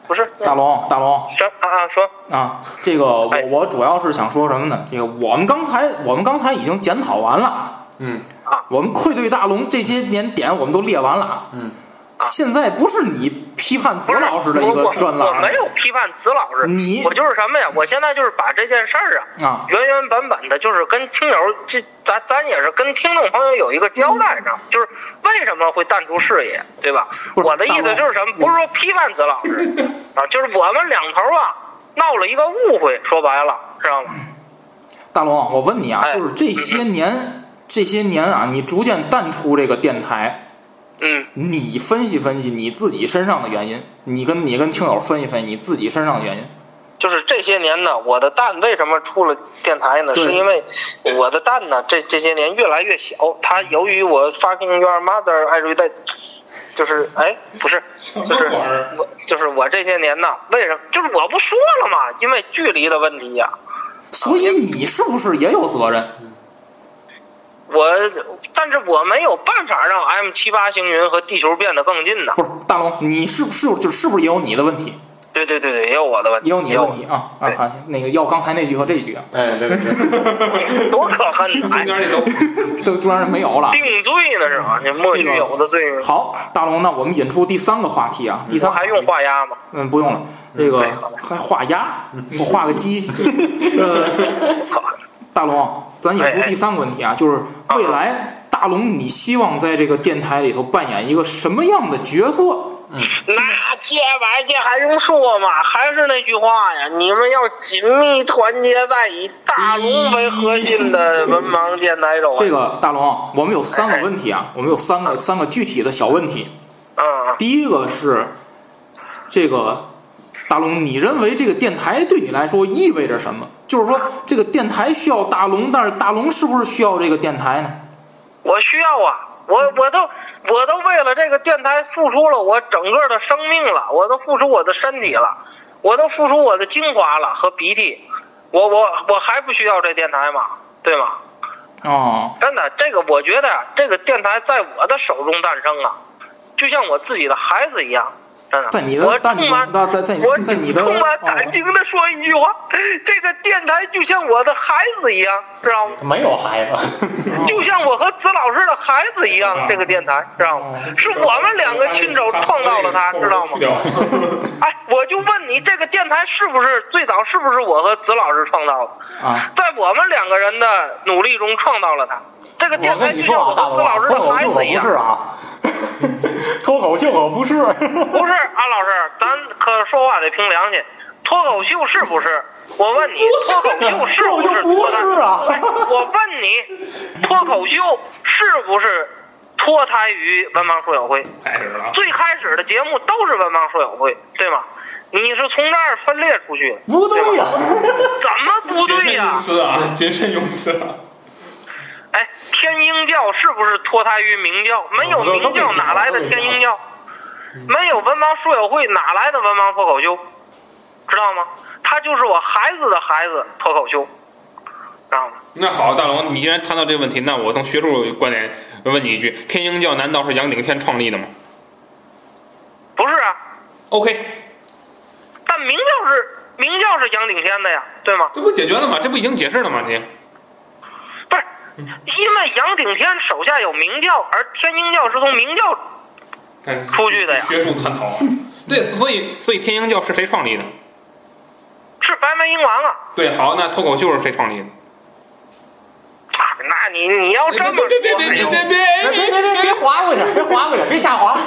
[SPEAKER 5] 不是
[SPEAKER 4] 大龙，大龙
[SPEAKER 5] 什啊啊说
[SPEAKER 4] 啊！这个我
[SPEAKER 5] 哎
[SPEAKER 4] 我主要是想说什么呢？这个我们刚才我们刚才已经检讨完了啊，
[SPEAKER 3] 嗯
[SPEAKER 4] 我们愧对大龙这些年点我们都列完了啊。
[SPEAKER 3] 嗯，
[SPEAKER 4] 现在不是你批判子
[SPEAKER 5] 不是
[SPEAKER 4] 老师的一
[SPEAKER 5] 我
[SPEAKER 4] 个
[SPEAKER 5] 我
[SPEAKER 4] 专
[SPEAKER 5] 我
[SPEAKER 4] 栏，
[SPEAKER 5] 没有批判子老师，
[SPEAKER 4] 你
[SPEAKER 5] 我就是什么呀？我现在就是把这件事儿啊，
[SPEAKER 4] 啊，
[SPEAKER 5] 原原本本的，就是跟听友这咱咱也是跟听众朋友有一个交代呢，就是为什么会淡出视野，对吧？
[SPEAKER 4] 嗯不是
[SPEAKER 5] 我的意思就是什么？不是说批判子老师 啊，就是我们两头啊闹了一个误会，说白了，知道吗？
[SPEAKER 4] 大龙，我问你啊，
[SPEAKER 5] 哎嗯
[SPEAKER 4] 就是这些年这些年啊，你逐渐淡出这个电台，
[SPEAKER 5] 嗯，
[SPEAKER 4] 你分析分析你自己身上的原因，你跟你跟听友分析分析你自己身上的
[SPEAKER 5] 啊
[SPEAKER 4] 原因。
[SPEAKER 5] 就是这些年呢，我的蛋为什么出了电台呢？
[SPEAKER 4] 对
[SPEAKER 5] 是因为我的蛋呢，这这些年越来越小。它由于我 fucking your mother every day，就是哎，不是，就是
[SPEAKER 6] 什么玩意儿
[SPEAKER 5] 我就是我这些年呢，为什么就是我不说了嘛？因为距离的问题呀、
[SPEAKER 4] 所以你是不是也有责任？
[SPEAKER 5] 我但是我没有办法让 M 七八星云和地球变得更近呐。
[SPEAKER 4] 不是大龙，你是不是就是不是也有你的问题，
[SPEAKER 5] 对对对对，也有我的问题，
[SPEAKER 4] 也有你的问
[SPEAKER 5] 也
[SPEAKER 4] 题啊啊！
[SPEAKER 5] 对
[SPEAKER 4] 好，那个要刚才那句和这一句啊，
[SPEAKER 3] 哎对对对，
[SPEAKER 5] 有我，多可恨呐！
[SPEAKER 6] 中
[SPEAKER 5] 哎
[SPEAKER 6] 间这都
[SPEAKER 4] 这个中然没有了。
[SPEAKER 5] 定罪呢是吧？你莫须有的罪名，
[SPEAKER 4] 好，大龙，那我们引出第三个话题啊，第
[SPEAKER 5] 嗯我
[SPEAKER 4] 三
[SPEAKER 5] 还用画押吗？
[SPEAKER 4] 嗯，不用了，这个
[SPEAKER 5] 没有了嗯
[SPEAKER 4] 还画押，我画个鸡。 呃，大龙，咱引出第三个问
[SPEAKER 5] 哎
[SPEAKER 4] 题啊，就是未来大龙，你希望在这个电台里头扮演一个什么样的角色？
[SPEAKER 5] 那这玩意儿还用说吗？还是那句话呀，你们要紧密团结在以大龙为核心的文盲电台中。
[SPEAKER 4] 这个大龙，我们有三个问题啊，我们有三个三个具体的小问题。
[SPEAKER 5] 嗯，
[SPEAKER 4] 第一个是这个大龙，你认为这个电台对你来说意味着什么？就是说，这个电台需要大龙，但是大龙是不是需要这个电台呢？
[SPEAKER 5] 我需要啊，我我都我都为了这个电台付出了我整个的生命了，我都付出我的身体了，我都付出我的精华了和鼻涕，我我我还不需要这电台吗？对吗？
[SPEAKER 4] 哦，
[SPEAKER 5] 真的，这个我觉得啊这个电台在我的手中诞生啊，就像我自己的孩子一样，真的。
[SPEAKER 4] 在你
[SPEAKER 5] 我
[SPEAKER 4] 的在你
[SPEAKER 5] 充满
[SPEAKER 4] 的在在
[SPEAKER 5] 我
[SPEAKER 4] 你在你的
[SPEAKER 5] 充满感
[SPEAKER 4] 哦
[SPEAKER 5] 情的说一句话，这个电台就像我的孩子一样，知道吗？
[SPEAKER 3] 没有孩子，
[SPEAKER 5] 就像我和子老师的孩子一样，这个电台知道吗？是我们两个亲手创造了它，知道
[SPEAKER 6] 嗯
[SPEAKER 5] 吗？哎，我就问你，这个电台是不是最早是不是我和子老师创造的？
[SPEAKER 4] 啊，
[SPEAKER 5] 在我们两个人的努力中创造了它。这个电
[SPEAKER 3] 我
[SPEAKER 5] 台
[SPEAKER 3] 跟
[SPEAKER 5] 就
[SPEAKER 3] 你说
[SPEAKER 5] 像我
[SPEAKER 3] 啊，大
[SPEAKER 5] 和子
[SPEAKER 3] 龙啊，
[SPEAKER 5] 老师
[SPEAKER 3] 脱
[SPEAKER 5] 的
[SPEAKER 3] 口
[SPEAKER 5] 孩
[SPEAKER 3] 秀可
[SPEAKER 5] 子一
[SPEAKER 3] 不
[SPEAKER 5] 样
[SPEAKER 3] 是。啊，脱口秀可不是，
[SPEAKER 5] 不是安老师，咱可说话得听良心。脱口秀是不是？我问你，脱口秀是不是
[SPEAKER 3] 脱口秀不
[SPEAKER 5] 脱单？
[SPEAKER 3] 是啊
[SPEAKER 5] 哎我问你，脱口秀是不是脱胎于文盲说友会。
[SPEAKER 6] 开始了。
[SPEAKER 5] 最开始的节目都是文盲说友会，对吗？你是从这儿分裂出去，
[SPEAKER 2] 不对呀、
[SPEAKER 5] 怎么不
[SPEAKER 6] 谨
[SPEAKER 5] 对
[SPEAKER 6] 慎
[SPEAKER 5] 呀、
[SPEAKER 6] 用词啊，谨慎用词啊。
[SPEAKER 5] 哎，天鹰教是不是脱胎于明教？没有明教哪来的天鹰教？没有文盲书友会哪来的文盲脱口秀？知道吗？他就是我孩子的孩子脱口秀，知道吗？
[SPEAKER 6] 那好，大龙，你既然谈到这个问题，那我从学术观点问你一句：天鹰教难道是杨顶天创立的吗
[SPEAKER 5] 不是啊，
[SPEAKER 6] ？OK，
[SPEAKER 5] 但明教是明教是杨顶天的呀，对吗？
[SPEAKER 6] 这不解决了吗？这不已经解释了吗？你
[SPEAKER 5] 不是，因为杨顶天手下有明教，而天鹰教是从明教
[SPEAKER 6] 看
[SPEAKER 5] 出去的呀
[SPEAKER 6] 学术探讨啊。对，所以所以天鹰教是谁创立的？
[SPEAKER 5] 是白眉鹰王啊。
[SPEAKER 6] 对，好，那脱口秀是谁创立的？
[SPEAKER 5] 啊那你你要这么说，
[SPEAKER 6] 别别别
[SPEAKER 5] 哎
[SPEAKER 6] 别
[SPEAKER 5] 呦
[SPEAKER 6] 别
[SPEAKER 3] 别
[SPEAKER 6] 别
[SPEAKER 3] 别别别别划过去，别划过去，别瞎划，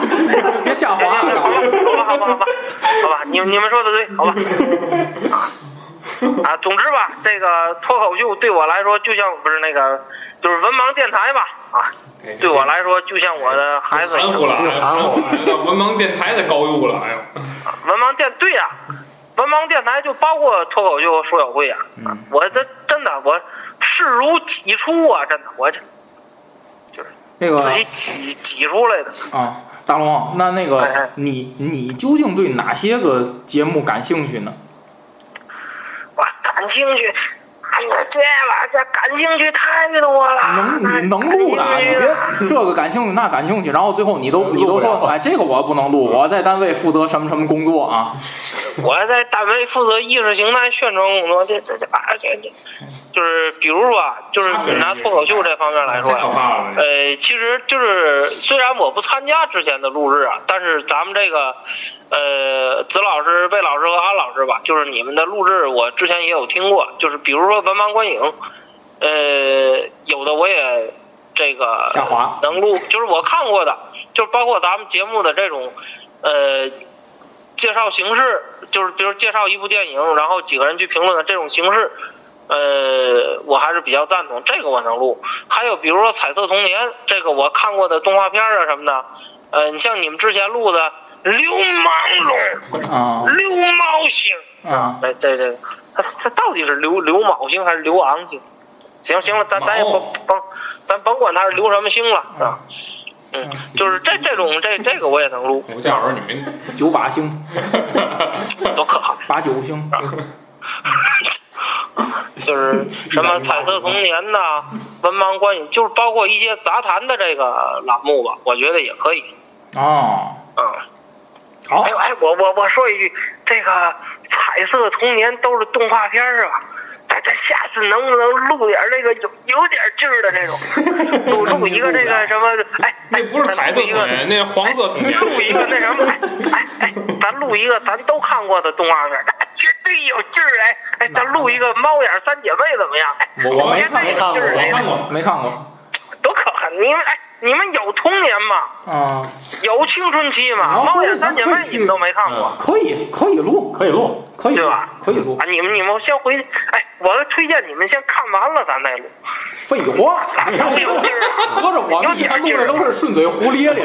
[SPEAKER 4] 别瞎
[SPEAKER 5] 好吧，
[SPEAKER 4] 滑。
[SPEAKER 5] 好吧，好吧，好吧，好吧，你你们说的对，好吧。啊，总之吧，这个脱口秀对我来说，就像不是那个，就是文盲电台吧，啊，
[SPEAKER 6] 别！
[SPEAKER 5] 对我来说就像我的孩子一
[SPEAKER 6] 含
[SPEAKER 5] 样
[SPEAKER 6] 糊。了，
[SPEAKER 3] 含糊
[SPEAKER 6] 了，文盲电台的高度了，哎呦，
[SPEAKER 5] 文盲电对呀、文盲电台就包括脱口秀说友会呀、啊。我这真的我视如己出啊，真的我这
[SPEAKER 4] 那个
[SPEAKER 5] 自己挤挤出来的。
[SPEAKER 4] 啊，大龙，那那
[SPEAKER 5] 哎
[SPEAKER 4] 个
[SPEAKER 5] 哎
[SPEAKER 4] 你你究竟对哪些个节目感兴趣呢？
[SPEAKER 5] 我感兴趣，哎呀，这玩意儿感兴趣太多了。
[SPEAKER 4] 能你能录的，你别这个感兴趣那感兴趣，然后最后你都你都说，哎，这个我不能录，我在单位负责什么什么工作啊？
[SPEAKER 5] 我在单位负责意识形态宣传工作，这这这啊这这，就是比如说啊，就是拿脱口秀这方面来说
[SPEAKER 6] 太可
[SPEAKER 5] 呀，
[SPEAKER 6] 怕了。
[SPEAKER 5] 呃，其实就是虽然我不参加之前的录制啊，但是咱们这个，呃，子老师、魏老师和安老师吧，就是你们的录制，我之前也有听过，就是比如说文盲观影，呃，有的我也这个
[SPEAKER 4] 下滑
[SPEAKER 5] 能录，就是我看过的，就是包括咱们节目的这种，呃，介绍形式，就是比如介绍一部电影，然后几个人去评论的这种形式，呃，我还是比较赞同，这个我能录。还有比如说《彩色童年》，这个我看过的动画片啊什么的，呃，你像你们之前录的《流氓龙》
[SPEAKER 4] 啊
[SPEAKER 5] 《流氓星》，
[SPEAKER 4] 啊，
[SPEAKER 5] 哎，对对，他他到底是流流卯星还是流昂星？行行了，咱咱也
[SPEAKER 6] 卯
[SPEAKER 5] 甭甭，咱甭管他是流什么星了，是吧？嗯，就是这这种这这个我也能录，
[SPEAKER 6] 我这会儿你们
[SPEAKER 4] 九把星，
[SPEAKER 5] 多可怕！
[SPEAKER 4] 八九星，
[SPEAKER 5] 就是什么彩色童年呐、文盲观影，就是包括一些杂谈的这个栏目吧，我觉得也可以。
[SPEAKER 4] 哦，
[SPEAKER 5] 嗯，
[SPEAKER 4] 好
[SPEAKER 5] 哎，呦哎，我我我说一句，这个彩色童年都是动画片儿是吧？咱咱下次能不能录点儿这个有有点劲儿的这种，录录一个这个什么？哎，哎
[SPEAKER 6] 那不是彩色
[SPEAKER 5] 咱录一
[SPEAKER 6] 童
[SPEAKER 5] 个
[SPEAKER 6] 年，那是黄色童年。
[SPEAKER 5] 录一个那什么，哎哎哎，咱录一个咱都看过的动画片，哎绝对有劲儿哎哎，咱录一个《猫眼儿三姐妹》怎么样？哎，
[SPEAKER 4] 我没
[SPEAKER 5] 绝
[SPEAKER 4] 看
[SPEAKER 5] 对
[SPEAKER 4] 过，
[SPEAKER 5] 有劲儿
[SPEAKER 6] 我看
[SPEAKER 5] 哎，
[SPEAKER 6] 过，
[SPEAKER 4] 没看过，
[SPEAKER 5] 多可恨！你们哎，你们有童年吗？
[SPEAKER 4] 啊，
[SPEAKER 5] 有青春期吗？
[SPEAKER 4] 然后
[SPEAKER 5] 《猫眼儿三姐妹
[SPEAKER 4] 咱可》以
[SPEAKER 5] 你们都没看过。
[SPEAKER 4] 可以可以录，
[SPEAKER 3] 可以录。
[SPEAKER 4] 可以
[SPEAKER 5] 对
[SPEAKER 4] 录
[SPEAKER 5] 吧
[SPEAKER 4] 可以录
[SPEAKER 5] 啊，，你们你们先回去，哎，我推荐你们先看完了咱再录，
[SPEAKER 4] 废话，
[SPEAKER 5] 能有劲儿啊。
[SPEAKER 4] 合着我们以前录的都是顺嘴胡咧咧，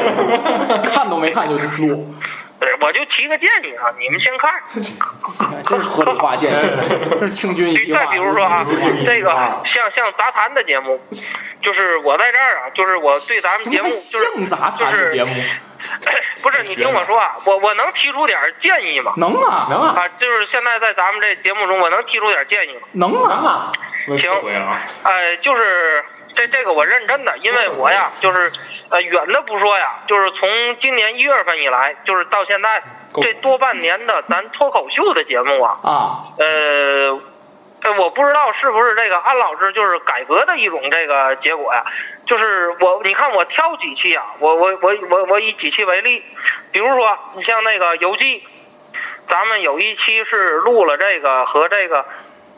[SPEAKER 4] 看都没看就录，
[SPEAKER 5] 对我就提个建议啊，你们先看。
[SPEAKER 4] 哎真是合理化建议，真是听君一句话。
[SPEAKER 5] 哎再比如说啊
[SPEAKER 4] 听君一句话，
[SPEAKER 5] 这个像像杂谈的节目，就是我在这儿啊，就是我对咱们
[SPEAKER 4] 什
[SPEAKER 5] 节
[SPEAKER 4] 么
[SPEAKER 5] 目就是
[SPEAKER 4] 像杂谈的节目？
[SPEAKER 5] 不是你听我说啊，我我能提出点儿建议吗？
[SPEAKER 4] 能啊，
[SPEAKER 3] 能啊，
[SPEAKER 5] 啊，就是现在在咱们这节目中，我能提出点儿建议吗？
[SPEAKER 4] 能
[SPEAKER 3] 能
[SPEAKER 4] 啊，
[SPEAKER 3] 啊，
[SPEAKER 5] 行
[SPEAKER 6] 回啊，
[SPEAKER 5] 哎，就是这这个我认真的，因为我呀，就是呃远的不说呀，就是从今年一月份以来，就是到现在
[SPEAKER 6] 够
[SPEAKER 5] 这多半年的咱脱口秀的节目啊，
[SPEAKER 4] 啊，
[SPEAKER 5] 呃。呃我不知道是不是这个安老师就是改革的一种这个结果呀，就是我你看我挑几期啊，我我我我我以几期为例，比如说你像那个游记，咱们有一期是录了这个和这个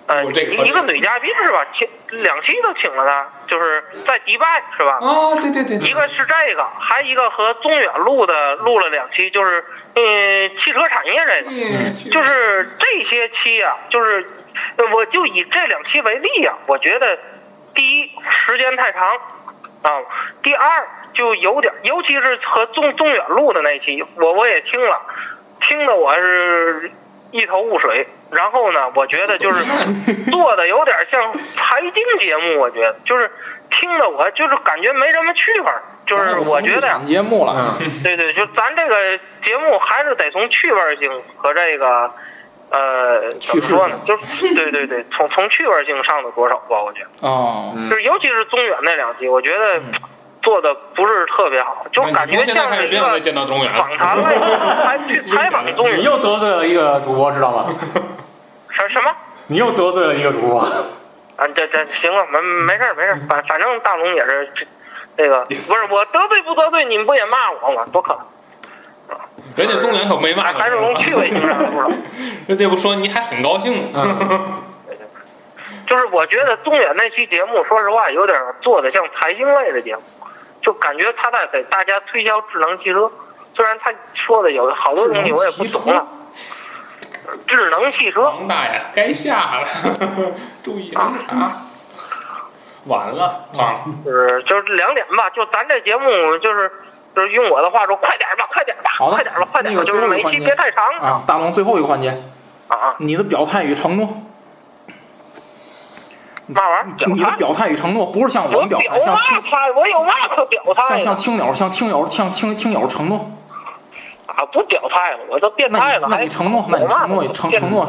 [SPEAKER 5] 呃
[SPEAKER 6] 我这个
[SPEAKER 5] 一一个女嘉宾是吧？请两期都请了她，就是在迪拜是吧？
[SPEAKER 6] 啊，对对对，对
[SPEAKER 5] 一个是这个，还一个和宗远录的录了两期，就是嗯、汽车产业这个。
[SPEAKER 6] 嗯
[SPEAKER 5] 就是这些期啊，就是呃我就以这两期为例啊，我觉得第一时间太长，啊。第二就有点，尤其是和宗宗远录的那期，我我也听了，听的我是一头雾水。然后呢，我觉得就是做的有点像财经节目，我觉得就是听的我就是感觉没什么趣味儿，就是
[SPEAKER 4] 哦
[SPEAKER 5] 我觉得呀
[SPEAKER 4] 咱有房地产节目了，
[SPEAKER 3] 嗯，
[SPEAKER 5] 对对，就咱这个节目还是得从趣味性和这个，呃，怎么说呢？就是对对对，从从趣味性上的着手吧，我觉得，
[SPEAKER 4] 哦，
[SPEAKER 3] 嗯
[SPEAKER 5] 就是尤其是宗远那两集，我觉得做的不是特别好，就感觉像是
[SPEAKER 6] 是
[SPEAKER 5] 一
[SPEAKER 6] 别会
[SPEAKER 5] 个
[SPEAKER 6] 见到中原
[SPEAKER 5] 访谈类的，采去采访宗
[SPEAKER 3] 你
[SPEAKER 5] 远，
[SPEAKER 3] 又得罪了一个主播，知道吗？
[SPEAKER 5] 什什么？
[SPEAKER 3] 你又得罪了一个主播，
[SPEAKER 5] 啊，这这行了，没没事儿没事儿，反反正大龙也是这这个，不嗯是我得罪不得罪，你们不也骂我吗？多可能，
[SPEAKER 6] 人家中原可没骂
[SPEAKER 5] 还
[SPEAKER 6] 你，
[SPEAKER 5] 还是从趣味性上入手。
[SPEAKER 6] 人家不说你还很高兴
[SPEAKER 3] 嗯
[SPEAKER 6] 呢，
[SPEAKER 5] 就是我觉得宗远那期节目，说实话有点做的像财经类的节目，就感觉他在给大家推销智能汽车。虽然他说的有好多东西我也不懂了，智能汽车
[SPEAKER 6] 王大爷该下了， 注意啊啊，晚了啊，
[SPEAKER 4] 嗯
[SPEAKER 5] 就是就是两点吧，就咱这节目就是就是用我的话说，快点吧，快点吧，
[SPEAKER 4] 好的
[SPEAKER 5] 快点吧，快点
[SPEAKER 4] 那
[SPEAKER 5] 吧，
[SPEAKER 4] 个
[SPEAKER 5] 就是每期别太长啊
[SPEAKER 4] 啊，大龙最后一个环节，
[SPEAKER 5] 啊！
[SPEAKER 4] 你的表态与承诺，嗯
[SPEAKER 5] 嘛玩意儿？
[SPEAKER 4] 你的
[SPEAKER 5] 态？
[SPEAKER 4] 表态与承诺不是像我
[SPEAKER 5] 我
[SPEAKER 4] 们表态，像听
[SPEAKER 5] 嘛态？我有嘛可表态
[SPEAKER 4] 像像
[SPEAKER 5] 的
[SPEAKER 4] 听友，像听友，像听听友承诺，
[SPEAKER 5] 啊？不表态了，我都变
[SPEAKER 4] 那
[SPEAKER 5] 态
[SPEAKER 4] 你
[SPEAKER 5] 了，
[SPEAKER 4] 那
[SPEAKER 5] 还
[SPEAKER 4] 你承诺，那你
[SPEAKER 5] 有嘛
[SPEAKER 4] 承诺
[SPEAKER 5] 可
[SPEAKER 4] 承
[SPEAKER 5] 变
[SPEAKER 4] 承诺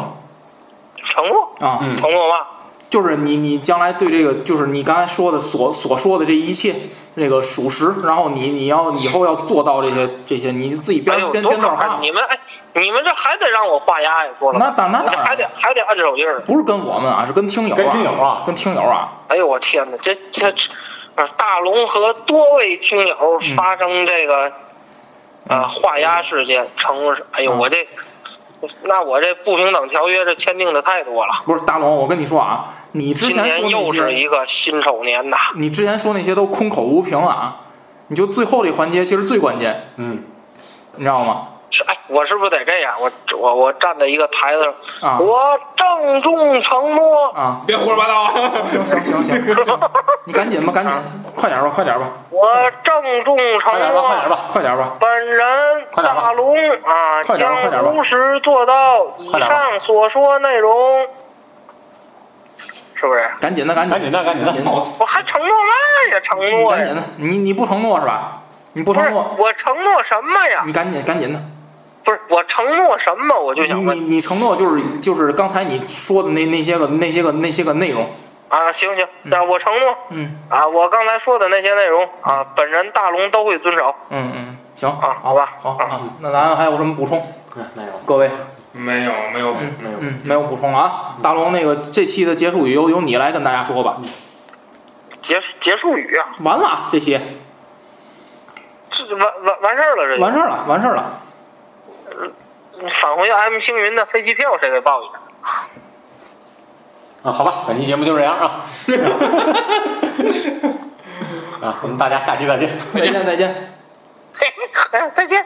[SPEAKER 5] 承诺
[SPEAKER 4] 啊，
[SPEAKER 3] 嗯
[SPEAKER 5] 承诺嘛？
[SPEAKER 4] 就是你你将来对这个，就是你刚才说的所所说的这一切，这个属实，然后你你要以后要做到这些这些，你自己
[SPEAKER 5] 哎
[SPEAKER 4] 编
[SPEAKER 5] 呦，
[SPEAKER 4] 编
[SPEAKER 5] 多
[SPEAKER 4] 编
[SPEAKER 5] 可
[SPEAKER 4] 段
[SPEAKER 5] 怕！
[SPEAKER 4] 话。
[SPEAKER 5] 你们哎，你们这还得让我画押呀？说了，
[SPEAKER 4] 那当那
[SPEAKER 5] 我这
[SPEAKER 4] 当
[SPEAKER 5] 还得
[SPEAKER 4] 然，
[SPEAKER 5] 还得按手印儿。
[SPEAKER 4] 不是跟我们啊，是跟听友啊，
[SPEAKER 3] 跟听友啊
[SPEAKER 4] 跟听友啊，
[SPEAKER 5] 哎呦，我天哪！这这，这啊大龙和多位听友
[SPEAKER 4] 嗯
[SPEAKER 5] 发生这个，呃，画押事件，成是，哎呦，
[SPEAKER 4] 嗯
[SPEAKER 5] 我这，那我这不平等条约这签订的太多了。
[SPEAKER 4] 不是大龙，我跟你说啊，你之
[SPEAKER 5] 今
[SPEAKER 4] 前
[SPEAKER 5] 年
[SPEAKER 4] 说那
[SPEAKER 5] 又是
[SPEAKER 4] 些，
[SPEAKER 5] 一个辛丑年呐！
[SPEAKER 4] 你之前说那些都空口无凭啊，你就最后这环节其实最关键，
[SPEAKER 3] 嗯，
[SPEAKER 4] 你知道吗？
[SPEAKER 5] 是哎，我是不是得这样？我我我站在一个台子上，
[SPEAKER 4] 啊
[SPEAKER 5] 我郑重承诺，
[SPEAKER 4] 啊，
[SPEAKER 6] 别胡说八道啊！
[SPEAKER 4] 行行行行，你赶紧吧，赶紧，快点吧，快点吧，
[SPEAKER 5] 我郑重承
[SPEAKER 3] 快点吧，
[SPEAKER 5] 诺
[SPEAKER 3] 快。点吧，
[SPEAKER 4] 快点吧，
[SPEAKER 5] 本人
[SPEAKER 3] 快点吧
[SPEAKER 5] 大龙啊，
[SPEAKER 4] 快点吧快点
[SPEAKER 5] 将
[SPEAKER 4] 吧
[SPEAKER 5] 如实做到以
[SPEAKER 3] 快点吧
[SPEAKER 5] 上所说内容，是不是？
[SPEAKER 4] 赶紧的，赶紧，
[SPEAKER 3] 赶紧的，赶紧的，
[SPEAKER 6] 好，
[SPEAKER 5] 我还承诺嘛呀？承诺
[SPEAKER 4] 赶紧
[SPEAKER 5] 呀？
[SPEAKER 4] 的，你你不承诺是吧？你不
[SPEAKER 5] 啊不
[SPEAKER 4] 承
[SPEAKER 5] 是
[SPEAKER 4] 诺，
[SPEAKER 5] 我承诺什么呀
[SPEAKER 4] 你？赶紧赶紧的，
[SPEAKER 5] 不是我承诺什么？我就
[SPEAKER 4] 你
[SPEAKER 5] 想
[SPEAKER 4] 你
[SPEAKER 5] 问
[SPEAKER 4] 你承诺就是就是刚才你说的那那些个那些个那些个内容，
[SPEAKER 5] 啊，行行，那我承诺
[SPEAKER 4] 嗯
[SPEAKER 5] 啊，我刚才说的那些内容啊，本人大龙都会遵守。
[SPEAKER 4] 嗯嗯，行
[SPEAKER 5] 啊
[SPEAKER 4] 好吧，好
[SPEAKER 5] 好
[SPEAKER 4] 好
[SPEAKER 5] 吧
[SPEAKER 4] 好，那咱还有什么补充？
[SPEAKER 3] 嗯没有，
[SPEAKER 4] 各位，
[SPEAKER 6] 没有没有，
[SPEAKER 4] 嗯
[SPEAKER 3] 没有
[SPEAKER 4] 嗯，没有补充了啊。大龙，那个这期的结束语由由你来跟大家说吧。
[SPEAKER 5] 结结束语啊，
[SPEAKER 4] 完了啊，这些
[SPEAKER 5] 这完完完事儿了，这就
[SPEAKER 4] 完事儿了，完事儿了。
[SPEAKER 5] 返回 M 星云的飞机票谁给报一下？
[SPEAKER 3] 啊，好吧，本期节目就这样啊，啊，我们大家下期再见。
[SPEAKER 4] 再见再见。
[SPEAKER 5] 嘿，再见。